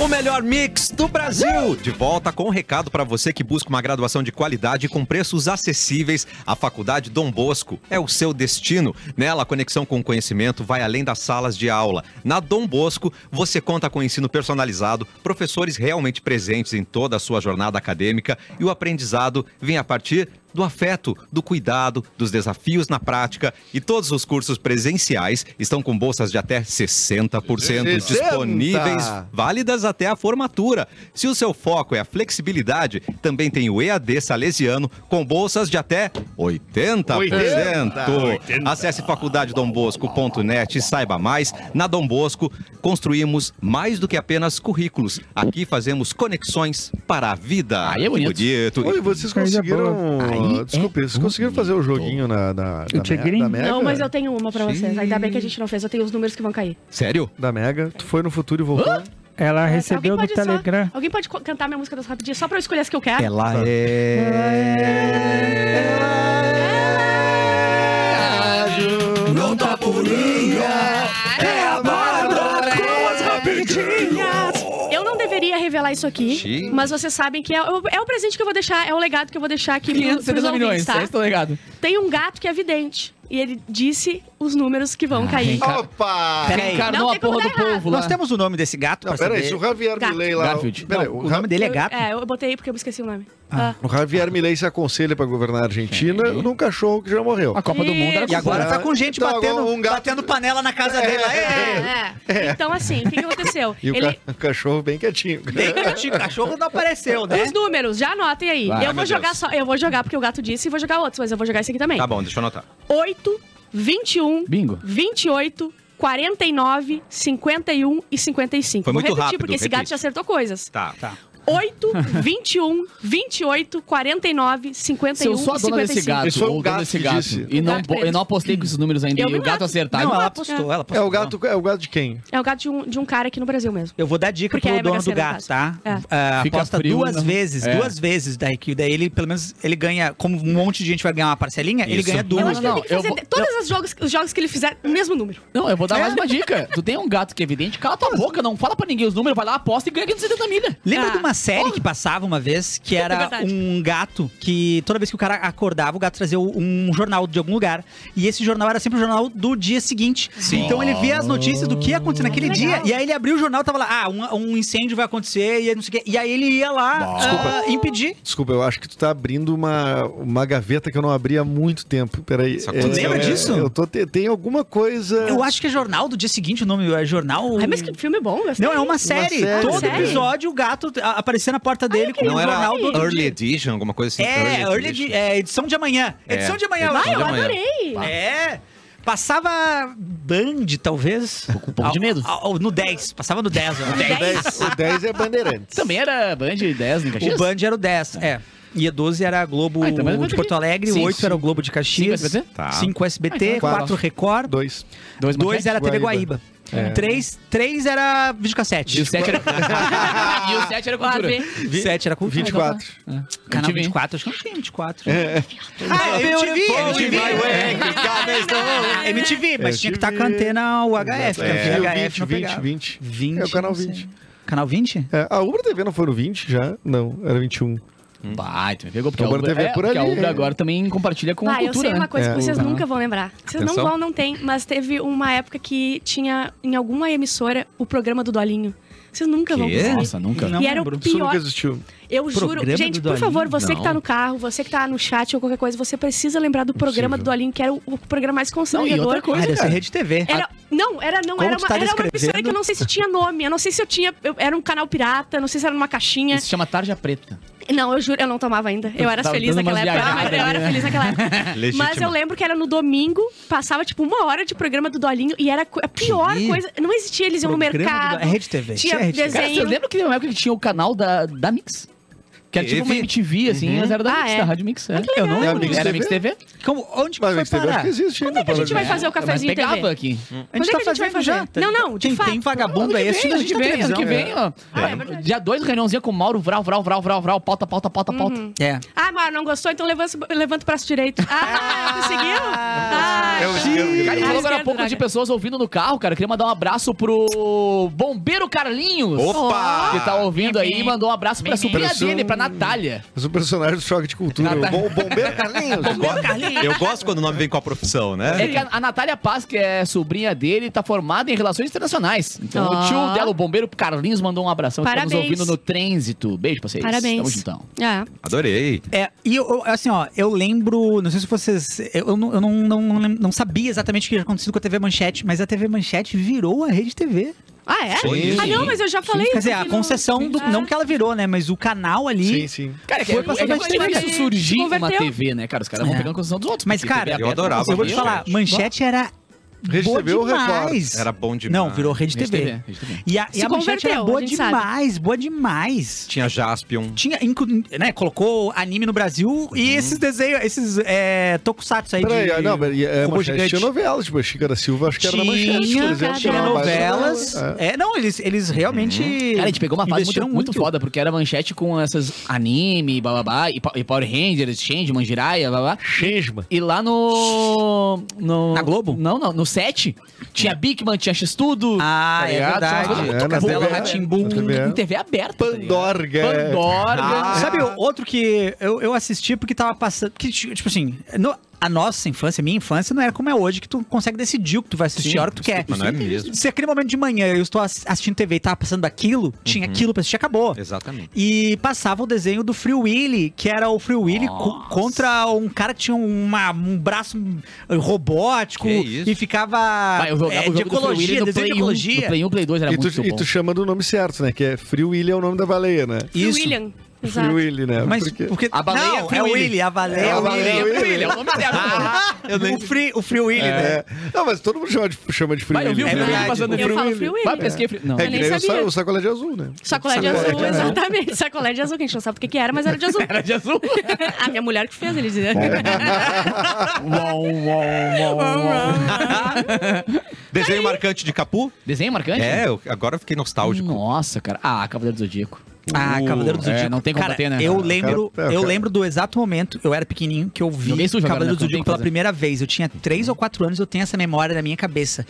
S1: O melhor mix do Brasil! De volta com um recado pra você que busca uma graduação de qualidade com preços acessíveis. A Faculdade Dom Bosco é o seu destino. Nela, a conexão com o conhecimento vai além das salas de aula. Na Dom Bosco, você conta com ensino personalizado, professores realmente presentes em toda a sua jornada acadêmica e o aprendizado vem a partir do afeto, do cuidado, dos desafios na prática e todos os cursos presenciais estão com bolsas de até 60%
S5: 60%.
S1: disponíveis válidas até a formatura. Se o seu foco é a flexibilidade, também tem o EAD Salesiano com bolsas de até 80%.
S5: 80.
S1: Acesse faculdadedombosco.net e saiba mais. Na Dom Bosco, construímos mais do que apenas currículos. Aqui fazemos conexões para a vida.
S2: Aí é bonito.
S5: Oi, vocês conseguiram. Desculpa, vocês conseguiram fazer o joguinho na, na, da, Me- da Mega?
S3: Não, mas eu tenho uma pra vocês.
S1: Sim.
S3: Ainda bem que a gente não fez. Eu tenho os números que vão cair.
S1: Sério?
S5: Da Mega. Tu foi no futuro e voltou.
S7: Ela
S3: Alguém
S7: recebeu do
S3: pode só-
S7: Telegram.
S3: Alguém pode co- cantar minha música das rapidinhas só pra eu escolher as que eu quero?
S1: Ela é.
S6: Não tá purinha, é a Bárbara com as rapidinhas.
S3: Eu não deveria revelar isso aqui,
S1: Xiii.
S3: mas vocês sabem que é, o- é o presente que eu vou deixar, é o legado que eu vou deixar aqui pro, pros
S2: 570
S3: ouvintes,
S2: milhões,
S3: tá?
S2: vocês estão ligados.
S3: Tem um gato que é vidente e ele disse os números que vão cair.
S2: Cara-
S5: Opa!
S4: Peraí.
S2: Encarnou a
S3: tem como
S2: porra do
S3: dar errado.
S2: povo lá.
S4: Nós temos o nome desse gato
S5: Não,
S4: pra
S5: peraí,
S4: saber.
S5: se o Javier
S3: Gato.
S5: Milley lá.
S2: Garfield.
S5: Peraí,
S4: Não,
S5: o,
S4: o
S5: Ja-
S4: nome dele é gato.
S3: Eu, é, eu botei porque eu me esqueci o nome. Ah.
S5: o Javier Milley se aconselha pra governar a Argentina num cachorro que já morreu.
S2: A Copa do Mundo era
S4: E agora
S5: É.
S4: tá com gente
S5: Então,
S4: batendo,
S5: agora um gato-
S4: batendo panela na casa dele. lá.
S3: É,
S4: É.
S3: é. Então, assim, o que, que aconteceu?
S5: E o
S3: Ele-
S5: ca- o cachorro bem quietinho.
S4: Nem cachorro, cachorro não apareceu, né?
S3: Os números, já anotem aí.
S1: Vai,
S3: eu
S1: meu
S3: vou jogar
S1: Deus.
S3: só. Eu vou jogar porque o gato disse e vou jogar outros, mas eu vou jogar esse aqui também.
S1: Tá bom, deixa eu anotar.
S3: 8, 21,
S2: Bingo.
S3: 28, 49, 51 e 55.
S1: Foi
S3: Vou
S1: muito
S3: repetir,
S1: rápido,
S3: porque esse
S1: repete.
S3: gato já acertou coisas.
S1: Tá. tá.
S3: 8, 21, 28, 49, 51
S2: Se eu sou a
S3: e
S2: dona
S3: 55.
S2: desse gato,
S5: Esse foi
S2: ou
S5: o
S2: o
S5: gato
S2: dono desse
S5: que
S2: gato,
S5: disse.
S2: e não,
S3: Gato
S2: bo-
S3: preto.
S2: eu não apostei com esses números ainda,
S3: Eu
S2: e
S3: me
S2: o gato
S3: mato.
S2: acertar.
S4: Não,
S2: eu-
S4: ela apostou,
S3: né?
S4: ela
S5: É
S4: apostou.
S5: o gato, é o gato de quem?
S3: É o gato de um, de um cara aqui no Brasil mesmo.
S4: Eu vou dar dica
S3: Porque
S4: pro
S3: é
S4: dono do
S3: Mega Sena, no
S4: gato, tá?
S3: caso.
S4: Ah,
S2: Fica
S4: aposta
S2: frio,
S4: duas
S2: não-
S4: vezes,
S2: É.
S4: duas vezes daí, que daí ele, pelo menos, ele ganha, como um monte de gente vai ganhar uma parcelinha, ele
S1: Isso.
S4: ganha
S2: Não,
S3: eu
S4: duas.
S3: acho que
S2: não,
S3: ele tem que
S2: eu
S3: fazer
S2: vou-
S3: todos os jogos, os jogos que ele fizer, o mesmo número.
S2: Não, eu vou dar
S4: É.
S2: mais uma dica. Tu tem um gato que é evidente, cala tua boca, não fala pra ninguém os números, vai lá, aposta e ganha 570 milha.
S4: Lembra
S3: Ah. É
S4: de uma uma série que passava uma vez que era
S3: verdade.
S4: um gato que toda vez que o cara acordava, o gato trazia um jornal de algum lugar. E esse jornal era sempre o jornal do dia seguinte. Então ele via as notícias do que ia acontecer naquele
S3: que
S4: dia.
S3: legal.
S4: E aí ele abria o jornal e tava lá, ah, um, um incêndio vai acontecer e aí não sei o quê. E aí ele ia lá
S5: Desculpa.
S4: ah, impedir.
S5: Desculpa, eu acho que tu tá abrindo uma, uma gaveta que eu não abri há muito tempo. Peraí.
S1: Isso
S5: É,
S1: aconteceu,
S4: lembra
S5: é,
S4: disso?
S5: Eu tô te- tem alguma coisa.
S4: Eu acho que é jornal do dia seguinte o nome, é jornal...
S3: Ai, Ah, mas que filme bom, gostei.
S4: Não, é uma série.
S5: série.
S4: Todo
S3: Série?
S4: episódio o gato a- aparecia na porta dele com
S1: Não
S4: o
S1: era
S4: jornal do outro
S1: Early
S4: dia.
S1: Edition, alguma coisa assim?
S4: É, early de- é, edição de amanhã.
S1: É,
S4: Edição de amanhã.
S1: edição
S4: eu
S3: Ai,
S4: acho.
S3: eu
S1: amanhã.
S3: adorei.
S4: É. Passava Band, talvez.
S2: com um pouco de
S4: Ao-
S2: medo.
S4: ao- no 10. Passava no 10. ó.
S5: O 10, o 10 é Bandeirantes.
S2: Também era Band 10 no Caxias?
S4: O Band era o 10. É. E a 12 era a Globo
S2: Ah, então era
S4: de
S2: Band
S4: Porto Alegre,
S2: Sim.
S4: 8 era o Globo de Caxias,
S2: Cinco SBT?
S1: Tá.
S4: 5 SBT,
S2: Ah, então é
S4: 4
S2: legal.
S4: Record,
S5: Dois.
S2: 2
S4: 2 era a TV
S5: Guaíba.
S4: Guaíba. 3 era videocassete.
S2: É. E o 7 era... e o 7 era cultura.
S3: Claro.
S4: 7 era cultura.
S5: 24.
S4: Canal
S2: MTV.
S4: 24, acho que é um não tinha 24.
S2: É.
S4: Ah, MTV, MTV. Ah, MTV, mas tinha é, que estar com a antena UHF, que
S5: É,
S4: a
S5: 20,
S4: VHF não
S5: 20,
S4: pegava.
S5: 20.
S4: 20.
S5: É o canal
S4: não sei.
S5: 20.
S4: Canal 20?
S5: É, a Ubra TV não foi no 20 já? Não, era 21.
S2: Hum. Vai, também pegou, porque
S5: Então,
S2: a Ubra,
S5: agora TV é
S2: é,
S5: por
S2: porque a
S5: ali,
S2: Ubra
S5: hein?
S2: agora também compartilha com a
S3: ah, eu sei
S2: cultura,
S3: uma
S2: né?
S3: coisa
S5: É.
S3: que vocês
S2: Ah.
S3: nunca vão lembrar. Vocês
S1: Atenção.
S3: não vão, não tem. Mas teve uma época que tinha em alguma emissora o programa do Dolinho. Vocês nunca vão
S1: Quê?
S3: conseguir.
S2: Nossa, nunca.
S4: Não
S3: e era
S4: lembro.
S3: o
S5: Isso nunca
S3: pior.
S5: existiu.
S3: Eu juro.
S4: Programa
S3: Gente,
S4: do
S3: por favor,
S4: Dolinho?
S3: você que tá
S1: Não.
S3: no carro, você que tá no chat ou qualquer coisa, você precisa lembrar do programa do Dolinho, que era o, o programa mais
S2: Não, e
S3: constrangedor.
S2: outra
S4: Ah,
S2: coisa, é.
S4: deve ser
S2: cara.
S4: Rede TV.
S3: Era, um não, era não,
S4: Como
S3: era
S4: tu
S3: uma,
S4: tá
S3: era uma emissora
S4: descrevendo?
S3: que eu não sei se tinha nome, eu não sei se eu tinha. eu- era um canal pirata, não sei se era numa caixinha.
S2: Isso se chama Tarja Preta.
S3: Não, eu juro, eu não tomava ainda. Eu era
S2: Tava
S3: feliz
S2: dando
S3: naquela
S2: umas
S3: época, Ah, mas
S2: viajadas
S3: eu
S2: ali,
S3: era
S2: né?
S3: feliz naquela época.
S1: Legítima.
S3: Mas eu lembro que era no domingo, passava tipo uma hora de programa do Dolinho e era a co- a pior
S4: Que?
S3: coisa. Não existia, eles iam no
S4: Programa do
S3: mercado.
S4: Dolinho. É Rede TV, isso
S3: Tinha
S4: é Rede TV.
S2: Cara, vocês
S3: desenho.
S2: lembram que teve uma época que tinha o canal da, da Mix? Que era tipo uma
S1: Teve.
S2: MTV, assim, mas era da
S3: Ah,
S2: Mix,
S3: é.
S2: da Rádio Mix. É.
S4: Eu não
S5: É a
S4: lembro.
S5: Mix
S2: Era
S5: TV?
S2: Mix TV?
S4: Como, onde
S5: Mas a gente
S4: que foi
S5: teve, acho
S4: parar?
S5: que existe.
S3: Quando é que a gente vai fazer o
S2: Mas
S3: cafezinho
S2: pegava
S3: TV?
S2: aqui.
S4: A gente
S3: Quando é
S4: tá
S3: que a gente vai
S4: fazendo já.
S3: fazer? Não, não, de
S4: Quem tem
S3: fato.
S4: vagabundo aí,
S2: Hum. Ano que
S4: assina a
S2: vem, ano
S4: gente tá
S2: que
S4: na
S2: vem, né? ano
S4: televisão.
S2: que vem, ó.
S3: Ah, é verdade.
S2: Dia 2, reuniãozinha com o Mauro, Vral, Vral, Vral, Vral, Vral, pauta, pauta, pauta, pauta.
S4: É.
S3: Ah, mas não gostou, então levanta, levanta o braço direito. Ah, conseguiu? Ah,
S5: É o esquerdo.
S2: Cara, e falou agora há
S4: é,
S3: esquerda,
S2: pouco de
S3: droga.
S2: pessoas ouvindo no carro, cara. Eu Queria mandar um abraço pro Bombeiro Carlinhos.
S1: Opa!
S2: Que tá ouvindo aí. Mandou um abraço pra sobrinha
S5: Impressão.
S2: dele, pra Natália.
S5: Mas o personagem do Choque de Cultura, o bom- o Bombeiro Carlinhos.
S1: Eu gosto quando o nome vem com a profissão, né?
S2: É que a, a Natália Paz, que é sobrinha dele, tá formada em relações internacionais. Então
S3: Ah.
S2: o tio dela, o bombeiro Carlinhos, mandou um abração. Estamos
S3: Parabéns.
S2: ouvindo no trânsito. Beijo pra vocês.
S3: Parabéns.
S2: Tamo então. juntão.
S3: Ah,
S1: Adorei.
S4: É, e eu, eu- assim, ó, eu lembro, não sei se vocês, eu, eu não, eu não, não, não lem- não sabia exatamente o que tinha acontecido com a TV Manchete, mas a TV Manchete virou a Rede TV.
S3: ah é?
S1: Sim.
S3: Ah, não, mas eu já falei.
S4: Quer dizer,
S3: isso
S4: a
S3: aqui
S4: concessão,
S3: no-
S4: do,
S3: Ah.
S4: não que ela virou, né, mas o canal ali...
S5: Sim, sim.
S2: Cara, é que
S4: Foi
S2: é,
S4: passar
S2: é
S4: na
S2: muito difícil
S3: TV.
S2: surgir uma
S3: Converteu.
S2: TV, né, cara? Os caras vão
S4: É.
S2: pegando a concessão dos outros.
S4: Mas,
S2: porque
S4: cara,
S2: TV aberta,
S1: eu adorava,
S2: não
S4: Eu vou te
S2: sabia,
S4: falar,
S2: gente.
S4: Manchete era
S5: Rede
S4: boa
S5: TV ou Record?
S4: demais.
S1: Era bom demais.
S4: Não, virou Rede,
S2: Rede
S4: TV.
S2: TV, Rede TV.
S4: E a, e
S3: Se
S4: a Manchete era
S3: converteu,
S4: boa
S3: a gente sabe.
S4: demais, boa demais.
S1: Tinha Jaspion.
S4: Tinha, inclu- né, colocou anime no Brasil e
S2: Uhum.
S4: esses desenhos, esses é, tokusatsu aí
S5: Peraí,
S4: de...
S5: ah, não, mas e- é,
S4: robô
S5: manchete
S4: gigante.
S5: tinha novelas, tipo, a Chica da Silva, acho que era na manchete, por exemplo.
S3: tinha
S5: era uma baita
S4: novelas.
S5: novela. É.
S4: É, não, eles, eles realmente.
S2: Uhum. Cara, a gente pegou uma fase muito,
S4: investiram
S2: muito foda, porque era manchete com essas anime, bababá, e, pa- e Power Rangers, Change, Manjiraia, babá.
S5: Changeman.
S2: E lá no, no.
S4: Na Globo?
S2: Não, não. No 7 tinha Big Man, tinha X-Tudo.
S4: Ah,
S2: tá
S4: é
S2: ligado? Tinha umas
S4: verdade.
S2: coisas muito
S5: É, na
S2: boas,
S5: TV,
S2: né?
S5: Rá-Tim-Bum. na TV.
S2: Em TV aberta. tá ligado?
S5: Pandorga.
S2: Pandorga.
S4: Ah,
S2: Sabe
S4: Sabe o outro que eu, eu assisti porque tava passando. Que, ti- tipo assim, no- a nossa infância, a minha infância, não era como é hoje, que tu consegue decidir o que tu vai assistir
S2: Sim,
S4: a hora que tu quer.
S1: Mas não é mesmo.
S4: Se aquele momento de manhã eu estou ass- assistindo TV e tava passando daquilo,
S1: Uhum.
S4: tinha aquilo pra assistir, acabou.
S1: Exatamente.
S4: E passava o desenho do Free Willy, que era o Free Willy co-
S2: Nossa.
S4: contra um cara que tinha uma- um braço uh, robótico
S1: Que isso.
S4: e ficava
S2: Vai, eu jogava
S4: é,
S2: o jogo
S4: de
S2: do Free Willy
S4: ecologia,
S2: no Play
S4: desenho
S2: 1.
S4: de
S2: No
S4: ecologia.
S2: Play 1, Play 2 era
S5: E
S2: muito
S5: tu, e
S2: bom.
S5: tu chama do nome certo, né? Que é Free Willy é o nome da baleia, né?
S3: E o
S4: Isso.
S3: William.
S5: Free
S3: Exato.
S5: Willy, né?
S4: Mas
S5: Porque-
S4: porque
S2: um. A baleia é
S4: não,
S2: Free
S4: é o
S2: Willy.
S4: Willy, a baleia é
S5: É
S4: o
S5: a
S4: Willy.
S5: baleia é o Willy.
S2: Ele é o nome dela.
S4: o free, o free Willy, né?
S5: É. Não, mas todo mundo chama de, chama de Free
S2: Vai, eu vi o
S5: Willy. né?
S4: É
S2: Free Willy
S4: verdade.
S2: passando
S3: Eu
S2: Free
S3: falo
S2: Willy.
S3: Free Willy.
S2: Vai, pesquei Free Não,
S5: É
S3: Eu
S5: que
S3: nem
S5: nem o, sa
S3: sabia.
S5: o sacolé de azul, né?
S3: Sacolé de
S5: Sacolé
S3: azul,
S5: de azul.
S3: exatamente. Sacolé de azul, que a gente não sabe o que que era, mas era de azul.
S2: era de azul.
S3: A minha mulher que fez, ele dizia.
S1: Desenho marcante de Capu?
S2: Desenho marcante?
S1: É, eu- agora eu fiquei nostálgico.
S4: Hum.
S2: Nossa, cara. Ah, Cavaleiro do Zodíaco.
S4: Ah,
S2: Uh,
S4: Cavaleiro do
S2: é,
S4: Zodíaco.
S2: não tem como
S4: cara,
S2: bater, né?
S4: Eu lembro,
S5: Cara, é,
S4: eu
S5: cara.
S4: lembro do exato momento, eu era pequenininho, que eu vi
S2: Ninguém suja agora,
S4: Cavaleiro
S2: né?
S4: do
S2: Não tem
S4: Zodíaco
S2: o que
S4: pela
S2: fazer.
S4: primeira vez. Eu tinha 3 ou 4 anos, eu tenho essa memória na minha cabeça.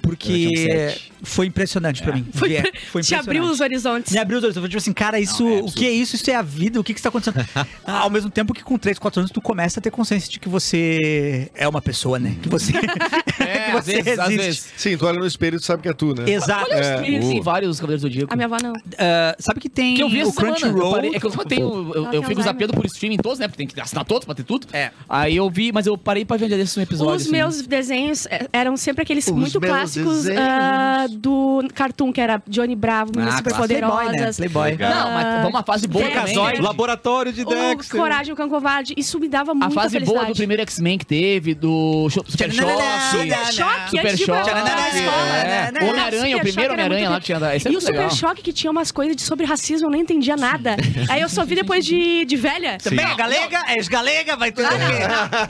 S4: Porque
S2: Eu tinha uns sete.
S4: foi impressionante pra mim. Foi, é, foi
S3: Te abriu
S4: impressionante.
S3: os horizontes.
S4: Me abriu os olhos. Eu falei, tipo assim, cara, isso.
S2: Não, é
S4: o que é isso? Isso é a vida? O que, que está acontecendo? Ao mesmo tempo que com 3, 4 anos tu começa a ter consciência de que você é uma pessoa, né? Que você.
S2: É,
S4: que
S2: às
S4: você
S2: vezes, às
S4: existe.
S2: vezes.
S5: Sim, tu olha no espelho e tu sabe que é tu, né?
S4: Exato.
S2: Olha os
S4: É.
S2: streamers tem vários Cavaleiros do Zodíaco.
S3: A minha avó não.
S4: Ah, sabe que tem
S2: Que eu vi
S4: o
S2: essa semana. Eu
S4: Crunchyroll.
S2: parei, é que eu, só tenho, eu,
S3: Ela
S2: eu
S3: tem
S2: fico
S3: Alzheimer.
S2: zapeando por streaming todos, né? Porque tem que assinar todos pra ter tudo.
S4: É.
S2: Aí eu vi, mas eu parei pra ver desses um episódio.
S3: Os
S2: assim.
S3: meus desenhos eh, eram sempre aqueles
S5: Os
S3: muito
S5: meus
S3: clássicos
S5: desenhos.
S3: ah, do Cartoon, que era Johnny Bravo, Meninas
S4: Ah, Playboy, né?
S3: Superpoderosas.
S4: Playboy.
S1: Legal.
S2: Não, mas
S3: ah,
S2: vamos uma fase boa também.
S4: Decazoide.
S2: né?
S1: Laboratório de
S3: O
S1: Dexter.
S3: Coragem, o Cão Covarde. Isso me dava
S2: A
S3: muita
S2: fase boa do
S3: felicidade.
S2: primeiro X-Men que teve, do Cho- Super Choque.
S4: Tchananana,
S2: Super
S4: tchananana.
S3: Choque,
S2: Super
S3: antigo era
S2: Choque.
S3: tipo, na escola,
S2: É,
S4: né?
S2: O Homem-Aranha, o
S3: Super Choque
S2: primeiro
S3: era
S2: Homem-Aranha
S3: muito
S2: lá que tinha. Esse é
S3: E o
S2: muito
S3: Super
S2: legal.
S3: Choque, que tinha umas coisas de sobre racismo, eu não entendia nada. Aí eu só vi depois de, de velha.
S4: Também é galega? És galega? Vai tudo bem.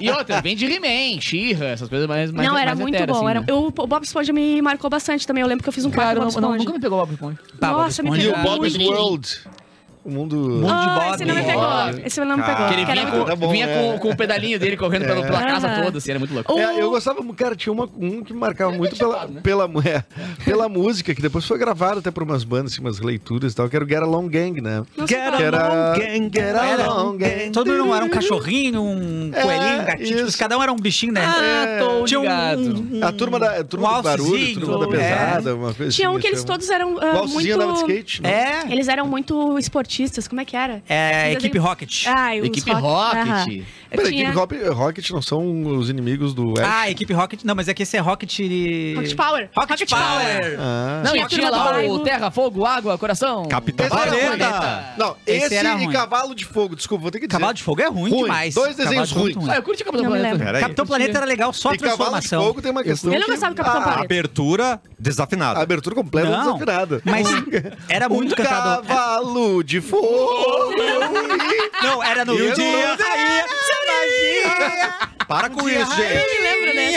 S2: E outra, vem de He-Man, She-Ra, essas coisas mais. mais
S3: não, era
S2: mais
S3: muito
S2: hetero,
S3: bom.
S2: assim,
S3: era-
S2: né?
S3: eu- o Bob Esponja me marcou bastante também. Eu lembro que eu fiz um
S2: Cara,
S3: quadro
S2: eu
S3: do Bob
S2: não, não,
S3: Esponja.
S2: nunca me pegou o Bob Esponja.
S4: Tá, Bob
S3: Nossa, me
S4: Esponja.
S5: E
S3: pegou
S5: o Bob's
S3: muito.
S5: World. O mundo.
S4: Mundo de
S3: Ah,
S4: Bob.
S3: esse não me
S2: Bob.
S3: pegou. Esse não me pegou.
S5: Cara,
S2: Que ele
S3: Que era
S2: vinha,
S5: Ah, muito
S2: com,
S5: bom,
S2: vinha
S5: é.
S2: com, com o pedalinho dele correndo pela, pela casa
S3: Aham.
S2: toda, assim, era muito louco.
S3: O-
S5: É, eu gostava, cara, tinha uma- um que marcava muito pela, pela, mu- é, pela música, que depois foi gravado até por umas bandas, assim, umas leituras e tal, que era o Get Along Gang, né?
S3: Nossa,
S4: Get
S5: Que
S3: cara.
S5: era... Get Along Gang.
S4: Todo mundo era um cachorrinho, um
S5: É,
S4: coelhinho, um gatinho.
S5: isso.
S4: Cada um era um bichinho, né?
S2: Ah, tô
S4: Tinha um-
S2: ligado.
S5: A turma da, a turma do barulho, a
S4: alcezinho,
S5: turma da
S4: é.
S5: pesada, uma coisa
S3: Tinha
S5: assim,
S3: um que eles
S5: chama.
S3: todos eram ah,
S5: O
S3: muito...
S5: Alcezinho andava de skate, né?
S4: É.
S3: Eles eram muito esportistas. Como é que era?
S4: É,
S3: Eles
S4: equipe
S3: desenham-
S4: Rocket.
S3: Ah, e os
S2: Equipe
S3: Rock- Aham.
S2: Rocket.
S3: Eu
S5: Peraí,
S3: tinha-
S5: Equipe Rocket, Rocket não são os inimigos do Ash?
S4: Ah, equipe Rocket. Não, mas é que esse é Rocket.
S3: Rocket Power.
S4: Rocket,
S3: Rocket
S4: Power.
S5: Ah.
S2: Não,
S3: Tinha
S2: e tinha
S3: a turma do
S2: lá o
S3: bairro.
S2: Terra, Fogo, Água, Coração.
S1: Capitão
S5: Esse era
S1: Planeta.
S5: ruim. Não,
S4: Esse
S5: esse,
S4: era
S5: e
S4: ruim.
S5: Cavalo de Fogo, desculpa, vou ter que dizer.
S4: Cavalo de Fogo é ruim,
S5: Ruim.
S4: demais.
S5: Dois
S4: Cavalo
S5: desenhos
S4: de Fogo é
S5: ruins. É,
S2: Ah, eu curti Capitão
S3: Não me
S2: Planeta.
S3: lembro.
S1: Peraí.
S4: Capitão Planeta era legal só a
S5: E Cavalo de
S4: transformação.
S5: Fogo tem uma questão
S3: Eu não
S5: que-
S3: gostava do Capitão
S5: a-
S3: Planeta.
S1: Abertura
S5: A
S1: desafinada.
S5: abertura completa
S4: Não,
S5: desafinada.
S4: Mas
S2: É
S4: era muito
S5: um
S4: cantado.
S5: cavalo de fogo.
S4: Não, era no
S5: Eu
S4: dia.
S5: não
S4: Rainha, seria.
S1: Para com isso, gente.
S4: Me lembro, né?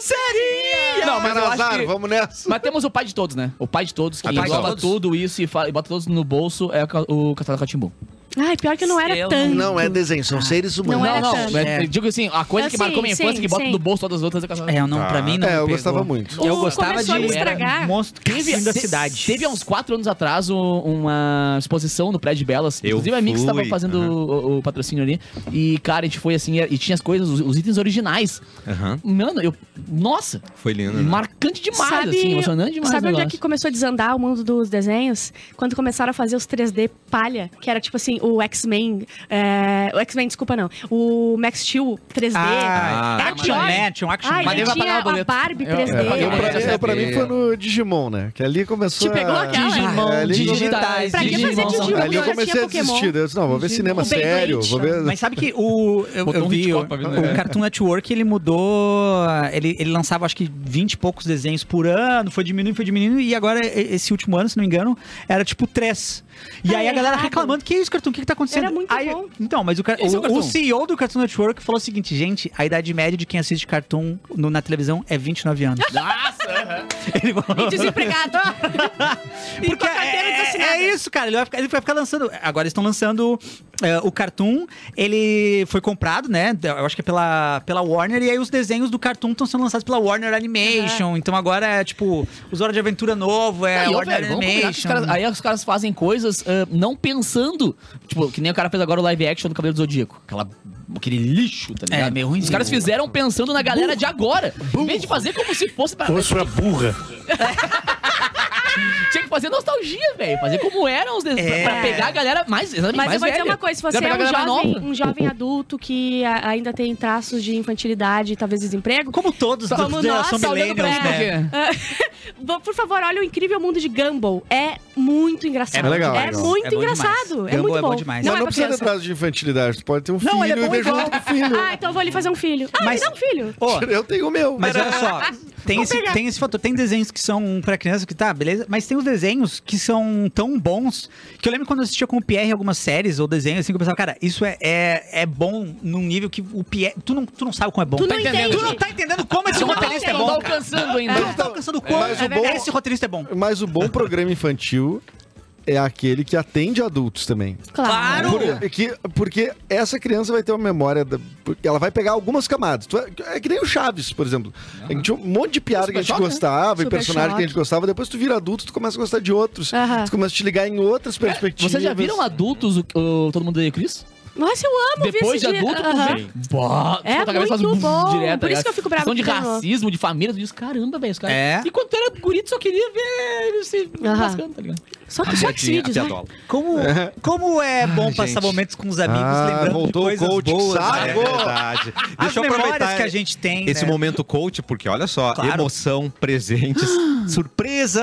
S4: Seria.
S2: Não, mas eu acho
S5: Azar,
S2: que-
S5: vamos nessa.
S2: Mas temos o pai de todos, né? O pai de todos que
S1: pai de
S2: engloba
S4: todos.
S2: tudo isso e, fala- e bota todos no bolso é o ca- o Castelo Catimbu.
S3: Ai, pior que não era
S4: Eu
S3: tanto.
S5: Não é desenho, são seres humanos.
S3: Não era
S2: não.
S3: tanto.
S2: mas
S4: É.
S2: eu Digo assim, a coisa
S3: Eu
S2: que
S3: sim,
S2: marcou minha infância
S3: sim,
S2: que bota
S3: sim.
S2: no bolso todas as outras é Castelo
S4: É, eu não,
S1: Tá.
S4: pra mim não.
S5: É, eu
S4: pegou.
S5: gostava muito.
S4: Eu
S3: Uh,
S4: gostava
S3: começou a me
S4: de
S3: estragar. um
S4: monstro caçudo da
S2: te-
S4: cidade.
S2: Teve há uns quatro anos atrás um- uma exposição no prédio de Belas.
S1: Eu
S2: Inclusive a Mix
S1: fui,
S2: estava fazendo
S1: aham.
S2: o, o patrocínio ali. E, cara, a gente foi assim, e tinha as coisas, os, os itens originais.
S1: Aham.
S2: Mano, eu. Nossa!
S1: Foi lindo. né?
S2: Marcante demais, assim, emocionante demais.
S3: sabe
S2: o
S3: onde é
S2: negócio.
S3: que começou a desandar o mundo dos desenhos? Quando começaram a fazer os 3D palha, que era tipo assim, o X-Men. é, o X-Men, desculpa, não. O Max Steel 3D.
S4: Ah,
S2: Ah,
S4: era Action
S3: mas-
S4: Man, tinha um Action
S2: mas
S3: Ai,
S4: Man.
S2: nem
S3: gente,
S2: vai pagar
S3: tinha
S2: o boleto.
S3: a Barbie
S2: Eu-
S3: 3D.
S2: eu paguei
S5: Eu, pra,
S2: Essa
S5: eu, pra
S2: é-
S5: mim foi no Digimon, né? Que ali começou
S3: Te pegou
S5: a...
S3: aquela?
S2: Digimon,
S5: É, ali-
S2: digitais,
S3: Pra que fazer
S2: Digimon.
S3: Digimon?
S5: Ali eu
S3: Já
S5: comecei
S3: tinha
S5: a desistir.
S3: Pokémon.
S5: Eu disse, não, vou ver cinema
S3: O Beyblade,
S5: sério, vou ver...
S4: Mas sabe que o. Eu,
S2: Botou
S4: eu
S2: um
S4: vi.
S2: Hitchcock
S4: o-
S2: pra ver,
S4: o
S2: né?
S4: Cartoon Network ele mudou. Ele, ele lançava acho que 20 e poucos desenhos por ano, foi diminuindo, foi diminuindo. E agora, e- esse último ano, se não me engano, era tipo três. E
S3: Ah,
S4: aí a
S3: é
S4: galera
S3: errado.
S4: reclamando: que isso, Cartoon? O que, que tá acontecendo?
S3: Era muito
S4: Aí-
S3: bom.
S4: Então, mas o, car-
S2: Esse é o
S4: o-
S2: Cartoon.
S4: o CEO do Cartoon Network falou o seguinte: gente, a idade média de quem assiste Cartoon no- na televisão é 29 anos.
S2: Nossa!
S4: ele falou.
S3: E desempregado. e com
S4: Porque
S3: a carteira
S4: é,
S3: desassinada.
S4: é isso, cara. Ele vai ficar, ele vai ficar lançando. Agora eles estão lançando é, o Cartoon. Ele foi comprado, né? Eu acho que é pela, pela Warner. E aí os desenhos do Cartoon estão sendo lançados pela Warner Animation. Então agora é tipo. Os Horas de Aventura Novo, é
S2: Aí, ó,
S4: Warner
S2: velho, vamos combinar que os
S4: Animation.
S2: caras- aí os caras fazem coisas ah, não pensando. Tipo, que nem o cara fez agora o live action do Cabelo do Zodíaco. Aquela, aquele lixo, tá ligado?
S4: É, meio ruimzinho.
S2: Os caras fizeram pensando na galera de agora. Em vez de fazer como se fosse pra...
S6: Fosse uma burra.
S2: Tinha que fazer nostalgia, velho. Fazer como eram os desenhos.
S4: É.
S2: Pra, pra pegar a galera mais. exatamente,
S3: Mas
S2: mais
S3: eu vou
S2: velha.
S3: dizer uma coisa, se
S2: Pra
S3: você
S2: pegar
S3: é
S2: a
S3: um
S2: galera mais
S3: jovem,
S2: nova.
S3: um jovem adulto que a- ainda tem traços de infantilidade e talvez desemprego,
S4: Como todos
S3: Como
S4: da geração
S3: nós, olhando pra
S4: Millennials, né?
S2: É.
S3: Vou- Por favor, olha o incrível mundo de Gumball. É muito engraçado.
S5: É legal,
S3: É
S5: legal.
S4: É
S3: muito
S4: bom
S3: engraçado.
S4: demais.
S3: É
S4: Gumball
S3: muito
S4: é bom
S3: bom.
S4: demais.
S3: Não
S5: Não, mas
S3: é pra
S5: não precisa ter
S3: criança.
S5: traço de infantilidade. Tu pode ter um
S4: Não,
S5: filho
S4: ele é
S5: e
S4: bom
S5: ver
S4: igual.
S5: junto com o filho.
S3: Ah, então eu vou lhe fazer um filho. Ah,
S4: Mas-
S3: me dá um filho.
S4: Ô,
S5: Eu tenho o meu.
S4: Mas olha só, tem
S3: Vou
S4: esse,
S3: pegar.
S4: tem esse fator. Tem desenhos que são pra criança que tá, beleza, mas tem os desenhos que são tão bons que eu lembro quando eu assistia com o Pierre algumas séries ou desenhos assim que eu pensava, cara, isso é, é, é bom num nível que o Pierre. Tu não, tu não sabe como é bom.
S3: Tu
S4: Tu
S3: não
S2: entendendo.
S3: entende.
S4: não tá entendendo como esse
S2: Não tá-
S4: roteirista é
S2: não tá
S4: bom. cara.
S2: alcançando ainda.
S4: Tu não tá alcançando como
S5: Mas o bom-
S4: esse roteirista é bom.
S5: Mas o bom programa infantil é aquele que atende adultos também.
S3: Claro.
S5: Por- que- porque essa criança vai ter uma memória. da- porque ela vai pegar algumas camadas. Tu- É que nem o Chaves, por exemplo. A gente tinha um monte de piada que a gente
S2: Super Choque,
S5: gostava, e
S3: Super
S5: personagem que a gente
S3: Choque.
S5: gostava. Depois tu vira adulto, tu começa a gostar de outros.
S3: Aham.
S5: Tu começa a te ligar em outras perspectivas.
S2: Vocês já viram adultos, o, o Todo Mundo Odeia o Chris?
S3: Nossa, eu amo ver
S2: Depois de
S3: esse dia.
S2: adulto,
S3: Aham.
S2: tu vem. Bah,
S3: É
S2: a cabeça
S3: muito bom.
S2: direto,
S3: Por isso
S2: né?
S3: que eu fico brava
S2: Questão de
S3: que ganhou.
S2: racismo, de família, tu diz, caramba, velho, os caras...
S4: É.
S2: E quando tu era guri, tu só queria ver eles se
S3: Aham.
S2: lascando, tá ligado?
S3: Só,
S1: A
S3: só que
S1: piadinha, a
S3: vídeos, né?
S1: piadola.
S4: Como, como é bom
S1: Ai,
S4: passar
S1: gente.
S4: momentos com os amigos,
S5: Ah,
S4: lembrando
S5: voltou o
S4: de coisas
S5: coach,
S4: boas.
S5: saco!
S4: né?
S1: É verdade.
S4: As
S1: Deixa eu
S4: memórias
S1: aproveitar
S4: que a gente tem,
S1: esse
S4: né?
S1: momento coach, porque olha só,
S4: Claro.
S1: emoção, presentes, surpresas.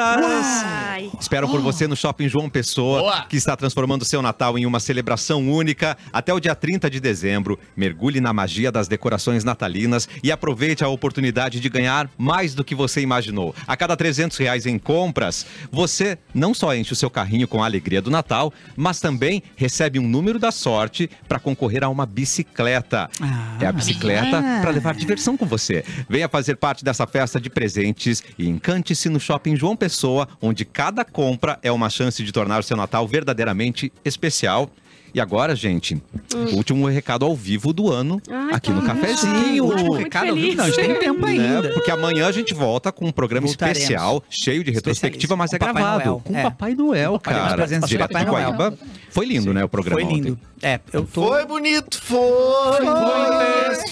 S3: Ai.
S1: Espero por você no Shopping João Pessoa,
S2: Boa.
S1: que está transformando seu Natal em uma celebração única. Até o dia 30 de dezembro, mergulhe na magia das decorações natalinas e aproveite a oportunidade de ganhar mais do que você imaginou. A cada 300 reais em compras, você não só enche o seu carrinho com a alegria do Natal, mas também recebe um número da sorte para concorrer a uma bicicleta.
S4: Ah,
S1: É a bicicleta para levar diversão com você. Venha fazer parte dessa festa de presentes e encante-se no Shopping João Pessoa, onde cada compra é uma chance de tornar o seu Natal verdadeiramente especial. E agora, gente, o último recado ao vivo do ano
S3: Hum. Ai,
S1: aqui no
S3: tá.
S1: cafezinho.
S3: Ai, tô muito
S4: Recado,
S3: feliz.
S4: não, a gente tem tempo ainda.
S1: Né? Porque amanhã a gente volta com um programa
S4: Voltaremos.
S1: especial, cheio de retrospectiva, mas
S4: Com
S1: é
S4: Papai
S1: gravado.
S4: Noel.
S1: Com
S4: É.
S1: Papai Noel,
S4: Papai
S1: cara.
S4: Noel, as presenças do
S1: Direto
S4: Papai
S1: de
S4: Noel.
S1: Guaíba. Foi lindo, né, o programa
S4: Foi lindo.
S1: ontem.
S4: É, eu tô...
S5: Foi bonito, foi!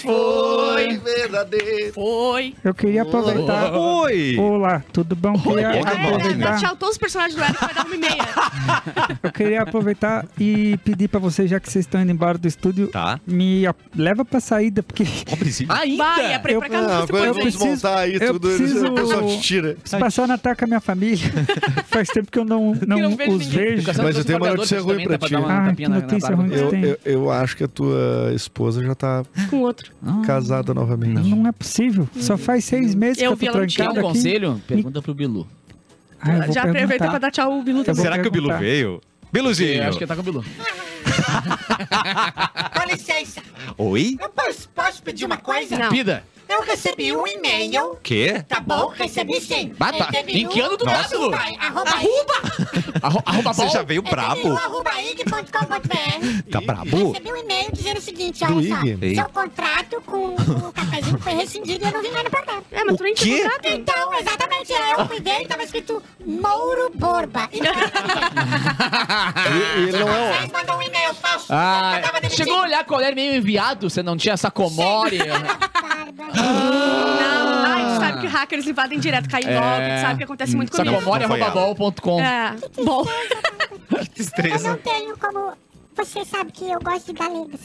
S5: Foi, foi verdadeiro!
S3: Foi.
S7: Eu queria aproveitar.
S1: Oi!
S7: Olá, tudo bom? Queria
S1: Oi,
S3: É,
S1: bom,
S3: dá- dá
S7: aproveitar,
S3: tchau todos os personagens do Eric, vai dar uma e meia.
S7: eu queria aproveitar e pedir pra vocês, já que vocês estão indo embora do estúdio,
S1: Tá.
S7: me a- leva pra saída, porque
S1: Pobrezinho.
S2: Ainda?
S3: Vai, é pra ir pra casa
S5: Ah,
S3: não,
S5: agora
S7: eu
S5: vamos
S7: preciso-
S5: montar aí
S7: eu
S5: tudo.
S7: preciso-
S5: O pessoal te tira.
S7: se passar o Natal com a minha família, faz tempo que eu não, não,
S2: não vejo
S7: os
S2: ninguém.
S7: vejo.
S2: Educação
S5: Mas
S2: dos
S5: eu tenho uma
S2: trabalhadores
S5: notícia
S2: também,
S5: ruim
S2: dá
S5: pra
S2: dar
S5: ti.
S2: uma
S7: Ah,
S2: tapinha
S7: que
S2: na- na
S7: notícia
S2: barba.
S7: ruim.
S5: Eu,
S7: Tem.
S5: eu, eu acho que a tua esposa já tá
S3: com outro.
S5: casada novamente.
S7: Não é possível. Só faz seis meses
S3: Eu
S7: que
S3: vi
S7: eu
S3: ela
S7: tô
S3: no
S2: Quer
S7: trancado
S2: um
S7: aqui.
S2: conselho? Pergunta pro Bilu.
S7: Ah, eu vou
S3: Já aproveitei
S7: perguntar.
S3: pra dar tchau ao Bilu
S7: Tá
S3: também.
S7: bom.
S1: Será que o Bilu
S7: perguntar.
S1: veio?
S2: Eu
S1: Biluzinho.
S2: acho que ele tá com o Bilu.
S8: Com licença,
S1: Oi?
S8: eu posso, posso pedir uma coisa?
S3: Não.
S2: Pida.
S8: Eu recebi um e-mail,
S1: Quê?
S8: tá bom? Recebi sim.
S2: Ah, tá.
S8: Recebi
S2: Em
S8: um-
S2: que ano tu
S8: Arroba-
S2: nasce, Lu?
S8: Arroba
S2: Arro- Arroba
S1: Você
S2: bom.
S1: já veio
S8: Recebi um
S1: brabo?
S8: arroba ig.com.br.
S1: Tá brabo?
S8: Recebi um e-mail dizendo o seguinte,
S5: Do
S8: olha
S1: Ig?
S8: só, seu contrato com o cafezinho foi rescindido e eu não vi nada pra cá.
S2: Ah,
S3: É, mas tu nem
S1: quê?
S3: tinha contato.
S8: Então, exatamente, eu fui ver e tava escrito Mouro Borba. E não era
S5: E, e ele não é.
S8: Vocês mandam um e-mail falso.
S2: Ah,
S8: eu tava demitido.
S2: chegou a olhar qual era meio enviado? Você não tinha sacomore?
S3: Não, ai, tu sabe que hackers invadem direto,
S2: É.
S3: caem logo, tu sabe que acontece muito comigo.
S2: Sacomore
S1: Não foi
S2: Hum. arroba
S1: ela.
S2: bol.com.
S3: É, bom.
S8: Eu não
S1: Destreza.
S8: tenho como... Você sabe que eu gosto de galeras.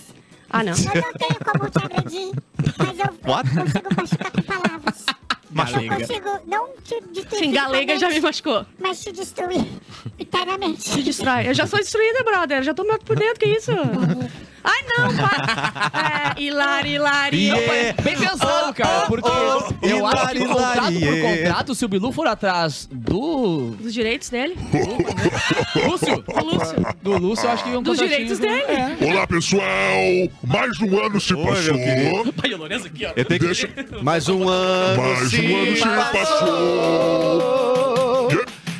S3: Ah, não.
S8: Eu não tenho como te agredir, mas eu
S1: What?
S8: consigo machucar com palavras.
S1: Machuca.
S8: Eu consigo não te destruir.
S3: Sim, galega já me
S8: fisicamente,
S3: machucou.
S8: Mas te destruir
S3: Te
S8: internamente.
S3: destrói. Eu já sou destruída, brother. Já tô morto por dentro, que isso? Ai, não, para. É, hilari, hilari.
S1: Yeah.
S2: Bem pensado, cara, porque
S1: oh,
S2: eu acho
S1: hilari,
S2: que contrato por
S1: hilari, é.
S2: contrato, se o Bilu for atrás do.
S3: Dos direitos dele?
S2: Lúcio! Do Lúcio! Do Lúcio, eu acho que é um
S3: Dos
S2: contratinho
S3: direitos
S2: com-
S3: dele.
S6: É.
S9: Olá pessoal, mais um ano se
S5: Oi,
S9: passou.
S5: meu querido.
S2: Pai, o Lourenço aqui, ó.
S1: Eu tenho
S9: Deixa-
S1: que...
S5: Mais um ano.
S9: Mais
S5: se
S9: um ano se
S5: passou.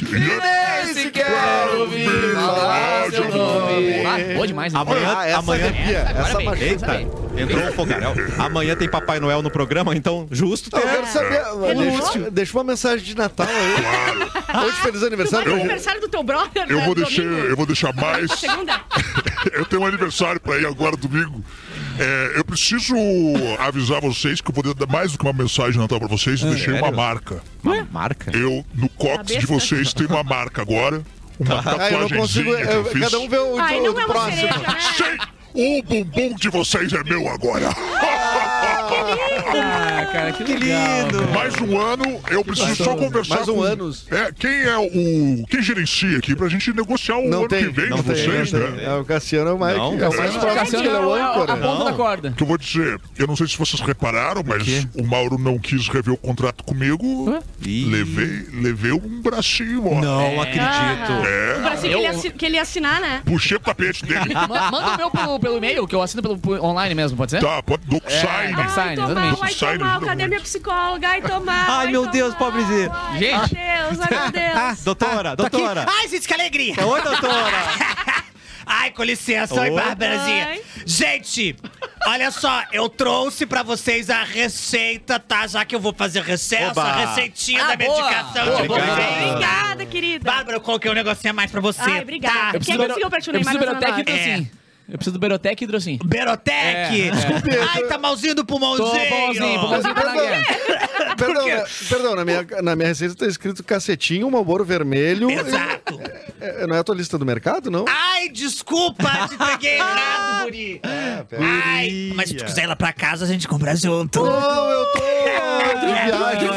S9: E-
S5: Esse quero ouvir falar seu nome.
S2: Ah, boa demais, né?
S1: Amanhã,
S5: Ah, essa
S1: amanhã...
S5: é minha, essa
S2: vem,
S5: machuca.
S2: essa vem.
S1: Entrou o fogaréu. Amanhã tem Papai Noel no programa, então justo
S5: Eu
S1: ter...
S5: quero saber. Deixa,
S3: Lúcio.
S5: deixa uma mensagem de Natal aí. Hoje, feliz
S3: Tu vai no
S5: aniversário. pra gente.
S3: aniversário do teu brother?
S9: Eu
S3: né,
S9: vou deixar,
S3: domingo? Tá
S9: eu vou deixar mais.
S3: Segunda?
S9: Eu tenho um aniversário pra ir agora domingo. É, eu preciso avisar vocês que eu vou dar mais do que uma mensagem de natal pra vocês. Eu deixei uma
S1: sério?
S9: marca.
S1: Uma marca?
S9: Eu no cox
S3: Cabeça.
S9: de vocês tem uma marca agora, uma
S5: Ah, eu não
S9: tatuagemzinha
S5: consigo.
S9: que eu
S5: eu-
S9: fiz.
S5: cada um vê o,
S3: Ai,
S5: do-
S3: não
S5: do
S3: é uma
S5: próximo.
S3: cereja, né?
S9: Sei, o bumbum de vocês é meu agora.
S2: Ah, cara, que, legal.
S1: lindo.
S9: Mais um ano, eu preciso só conversar
S5: Mais um
S9: com...
S5: ano.
S9: É, quem é o... Quem gerencia aqui pra gente negociar o ano
S5: Não tem.
S9: que vem
S5: não
S9: de
S5: tem,
S9: vocês,
S5: não
S9: né?
S5: tem. É, o Cassiano é o mais.
S1: Não,
S5: é o mais
S9: Cassiano.
S5: próximo,
S2: Cassiano
S5: ele é o
S2: a- a
S5: âncora.
S2: ponta da corda.
S9: O que eu vou dizer, eu não sei se vocês repararam, mas o, Mauro não quis rever o contrato comigo.
S1: Ih.
S9: Ah, Levei, levei um bracinho, ó.
S1: Não
S9: É,
S1: acredito.
S3: O
S5: É.
S3: Brasil que ele, assi- que ele ia assinar, né?
S9: Puxei o tapete dele.
S2: Ma- Manda o meu pelo, pelo e-mail, que eu assino pelo, por- online mesmo, pode ser?
S9: tá, pode do sign.
S2: Ah, Sign,
S3: Ai, tô mal,
S2: exatamente.
S3: ai, tô
S9: Sign,
S3: mal. Cadê
S9: exatamente.
S2: Ah.
S3: minha psicóloga? Ai, tô mal.
S1: Ai, meu
S3: tô
S1: Deus,
S3: mal,
S1: pobrezinho.
S3: ai,
S2: Gente.
S3: meu Deus. Deus, ai meu Deus.
S1: Doutora,
S2: Ah,
S4: tô aqui.
S1: doutora. É
S4: Ai, gente, que alegria!
S1: Oi, doutora.
S4: Ai, com licença, oi,
S1: Oi.
S4: Bárbarazinha.
S3: Oi.
S4: Gente, olha só, eu trouxe pra vocês a receita, tá? Já que eu vou fazer recesso,
S1: Oba.
S4: a receitinha
S2: Ah,
S4: da
S2: boa.
S4: medicação
S1: Boa,
S4: de
S1: boa.
S4: Covid.
S3: Obrigada, querida.
S4: Bárbara, eu coloquei um negocinho a mais pra você.
S3: Ai, obrigada.
S4: Tá?
S3: Eu preciso- Quem conseguiu pra te
S2: eu
S3: Neymar É.
S2: preciso do
S3: na
S2: Berotec e
S3: zona
S4: norte?
S2: Hidrocin. Eu preciso do Berotec e Hidrocin.
S4: Berotec!
S2: É, é.
S4: Ai, tá malzinho do pulmãozinho!
S2: Tô bonzinho, bonzinho tá na guerra.
S5: Perdão, na, perdão, na minha, na minha receita tá escrito cacetinho, malboro vermelho.
S4: Exato!
S5: É, não é a tua lista do mercado, não?
S4: Ai, desculpa, te peguei errado, Guri!
S5: Ah,
S4: Ai, mas se tu quiser ir lá pra casa, a gente compra junto.
S5: Não, eu tô de viagem.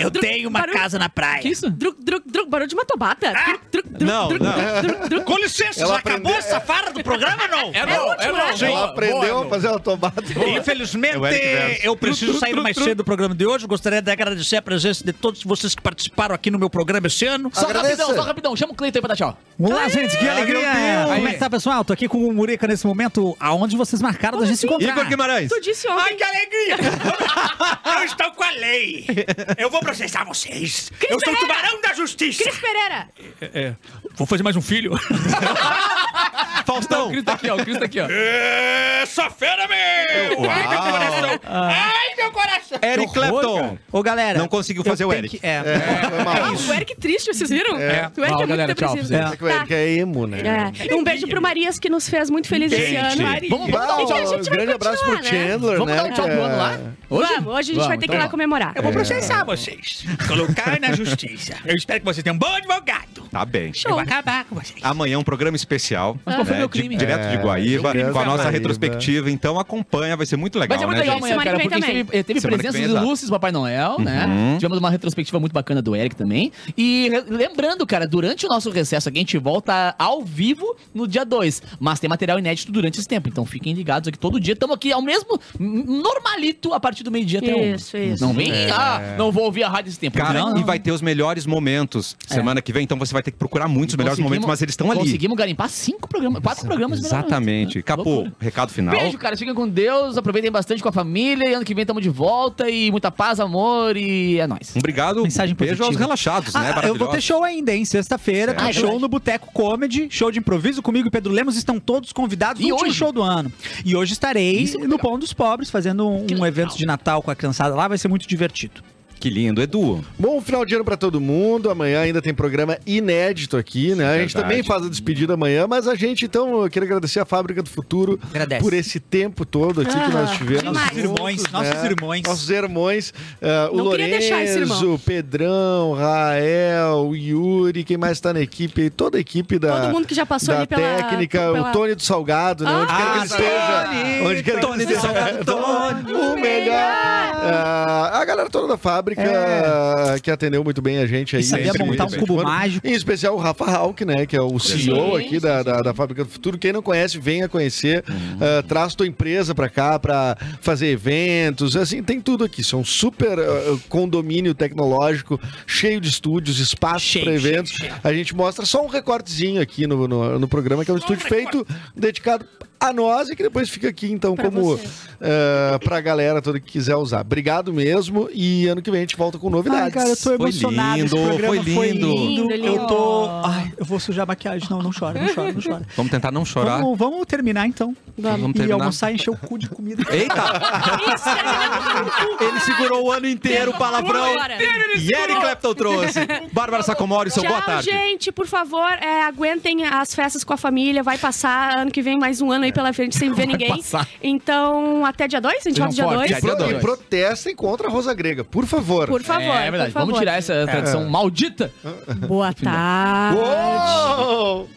S4: Eu tenho uma casa Ah! na praia.
S2: Que isso?
S3: Druc, druc, druc, barulho de uma tobata. Druc, druc, druc,
S1: Não,
S3: druc,
S1: não.
S3: druc, druc,
S4: Com licença,
S5: Ela
S4: já acabou
S5: aprendeu-
S4: essa farra do programa ou não?
S2: É não, é não.
S5: Ela
S2: Boa,
S5: aprendeu
S2: boa,
S5: a fazer uma tomada.
S4: Infelizmente,
S1: É o Eric Verso.
S4: eu preciso sair mais cedo do programa de hoje. Gostaria de agradecer a presença de todos vocês que participaram aqui no meu programa esse ano.
S2: Só
S6: é-
S2: rapidão,
S5: Agradeço.
S2: só rapidão. Chama o Cleiton aí pra dar tchau.
S4: Olá, gente, que alegria! Como é que tá, pessoal? Tô aqui com o Murica nesse momento, aonde vocês marcaram da gente se encontrar.
S1: Igor Guimarães.
S3: Tu disse ontem.
S4: que alegria! eu estou com a lei! Eu vou processar vocês! eu sou o tubarão da justiça!
S3: Cris Pereira.
S4: Vou fazer mais um filho.
S1: Faustão.
S2: O Cris tá aqui, ó. O Cris tá aqui, ó.
S4: É, Essa fera, meu! Ai, meu coração! Ai, meu coração!
S1: Eric Clapton.
S4: Ô, galera...
S1: Não conseguiu fazer o
S4: tem
S1: Eric.
S4: que- é.
S5: É, foi mal.
S3: Ah, o Eric triste, vocês viram?
S5: É.
S3: O Eric
S2: Fala,
S3: é muito
S2: galera, tchau
S3: depressivo. Tá,
S2: pra
S5: É que o Eric é emo, né?
S3: É. Um beijo pro Marias, que nos fez muito feliz esse ano.
S2: Vamos, vamos dar
S5: Bah,
S2: um tchau.
S3: Então, a gente
S5: um
S3: vai
S5: grande abraço pro
S3: continuar, né?
S5: Chandler,
S2: Vamos
S5: né?
S2: dar um tchau
S5: que
S2: pro ano
S5: é-
S2: lá?
S3: Hoje? Vamos, hoje a gente vai ter que ir lá
S2: então.
S3: comemorar.
S4: Eu vou processar vocês. Colocar na justiça. Eu espero que vocês tenham um bom advogado.
S1: Tá bem.
S4: Eu vou acabar com vocês.
S1: Amanhã um programa especial.
S2: Mas qual foi
S1: né,
S2: meu
S1: de-
S2: crime?
S1: direto de
S5: É,
S1: Guaíba,
S5: meu crime
S1: com a
S5: foi
S1: nossa
S5: Guaíba.
S1: retrospectiva. Então acompanha, vai ser muito legal,
S2: né? Vai ser é muito
S1: né,
S2: legal
S1: gente?
S2: amanhã,
S3: Semana
S2: cara,
S3: que vem
S2: porque
S3: também.
S2: teve, eh, teve
S1: Semana que
S2: presença
S1: vem,
S2: de
S1: exato.
S2: luzes do Papai Noel, né?
S1: Uhum.
S2: Tivemos uma retrospectiva muito bacana do Eric também. E re- lembrando, cara, durante o nosso recesso aqui, a gente volta ao vivo no dia 2. Mas tem material inédito durante esse tempo. Então fiquem ligados aqui todo dia. Estamos aqui ao mesmo n- normalito a partir do meio-dia até um.
S3: Isso, isso.
S2: Não vem, ah, não vou ouvir a rádio esse tempo.
S1: É. Cara,
S2: não, não.
S1: e vai ter os melhores momentos semana que vem, então você vai ter que procurar muitos melhores
S2: Conseguimos-
S1: momentos, mas eles estão ali.
S2: Conseguimos garimpar cinco programas, quatro programas. melhores,
S1: Exatamente.
S2: né?
S1: Capô,
S2: Loucura.
S1: recado final.
S2: Beijo, cara. Fiquem com Deus. Aproveitem bastante com a família. E ano que vem tamo de volta. E muita paz, amor. E é nóis.
S1: Um Obrigado.
S4: Mensagem
S1: Beijo
S4: positiva.
S1: aos relaxados, né?
S4: Ah, eu vou
S1: Maravilhosos.
S4: ter show ainda, hein? Sexta-feira,
S1: Certo.
S4: tem
S1: Ah, é
S4: show
S2: verdade.
S4: no Boteco Comedy, show de improviso comigo e Pedro Lemos estão todos convidados
S2: E
S4: no último
S2: hoje?
S4: show do ano. E hoje estarei
S2: Isso é muito
S4: no
S2: legal.
S4: Pão dos Pobres, fazendo um
S2: legal.
S4: evento de Natal com a criançada lá, vai ser muito divertido.
S1: Que lindo, Edu.
S5: Bom final de ano pra todo mundo. Amanhã ainda tem programa inédito aqui, né? A
S1: Verdade.
S5: gente também faz a despedida amanhã, mas a gente, então, eu quero agradecer a Fábrica do Futuro
S4: Agradece.
S5: por esse tempo todo aqui que nós tivemos.
S3: demais.
S5: juntos,
S4: Irmãos, nossos irmãos.
S5: Nossos irmãos. ah, o
S3: Não queria deixar esse
S5: Lorenzo, o Pedrão, Rael, o Yuri, quem mais tá na equipe? Toda a equipe da.
S3: Todo mundo que já passou
S5: da
S3: ali pela-
S5: técnica,
S3: pela-
S5: o Tony do Salgado, né? Onde quer que
S4: Ah,
S5: ele esteja.
S4: Tony,
S5: onde quer que
S4: Tony
S5: ele
S4: do
S5: esteja.
S4: Salgado, Tony.
S5: O melhor. Ah, a galera toda da fábrica ah, que atendeu muito bem a gente aí.
S4: E sabia
S5: nesse-
S4: montar um
S5: nesse
S4: cubo
S5: ano.
S4: mágico.
S5: Em especial o Rafa Hauck, né? Que é o CEO aqui da, da, da Fábrica do Futuro. Quem não conhece, venha conhecer.
S4: Uhum.
S5: Ah, traz tua empresa pra cá pra fazer eventos. Assim, tem tudo aqui. Isso é um super ah, condomínio tecnológico, cheio de estúdios, espaço
S4: Cheio,
S5: para
S4: cheio,
S5: eventos. A gente mostra só um recortezinho aqui no, no, no programa, que é um estúdio feito, dedicado a nós e que depois fica aqui, então,
S3: Pra
S5: como
S3: vocês.
S5: ah, pra galera toda que quiser usar. Obrigado mesmo e ano que vem a gente volta com novidades.
S4: Ai, cara, eu tô emocionado.
S1: lindo,
S4: esse programa
S1: foi lindo.
S3: Lindo,
S4: Eu
S3: lindo.
S4: tô. Ai, eu vou sujar a maquiagem. Não, não chora, não chora, não chora.
S1: Vamos tentar não chorar.
S4: Vamos, vamos terminar então.
S1: Vamos
S4: e
S1: terminar.
S4: almoçar e encher o cu de comida.
S1: Eita! Ele segurou o ano inteiro o palavrão.
S3: Agora.
S1: E Eric Clapton trouxe. Bárbara Sacomori, seu
S3: Tchau,
S1: boa tarde.
S3: gente. Por favor, é, aguentem as festas com a família. Vai passar ano que vem mais um ano aí pela frente sem ver ninguém.
S2: É. passar.
S3: Então, até dia 2? A gente volta dia
S2: Sejam fortes,
S3: 2?
S5: E
S2: dia
S5: pro-
S2: dois.
S5: E protestem contra a Rosa Grega, por favor.
S3: Por favor. É.
S2: é, é verdade.
S3: por favor.
S2: Vamos tirar essa tradição maldita.
S3: Boa tarde.
S5: Uou!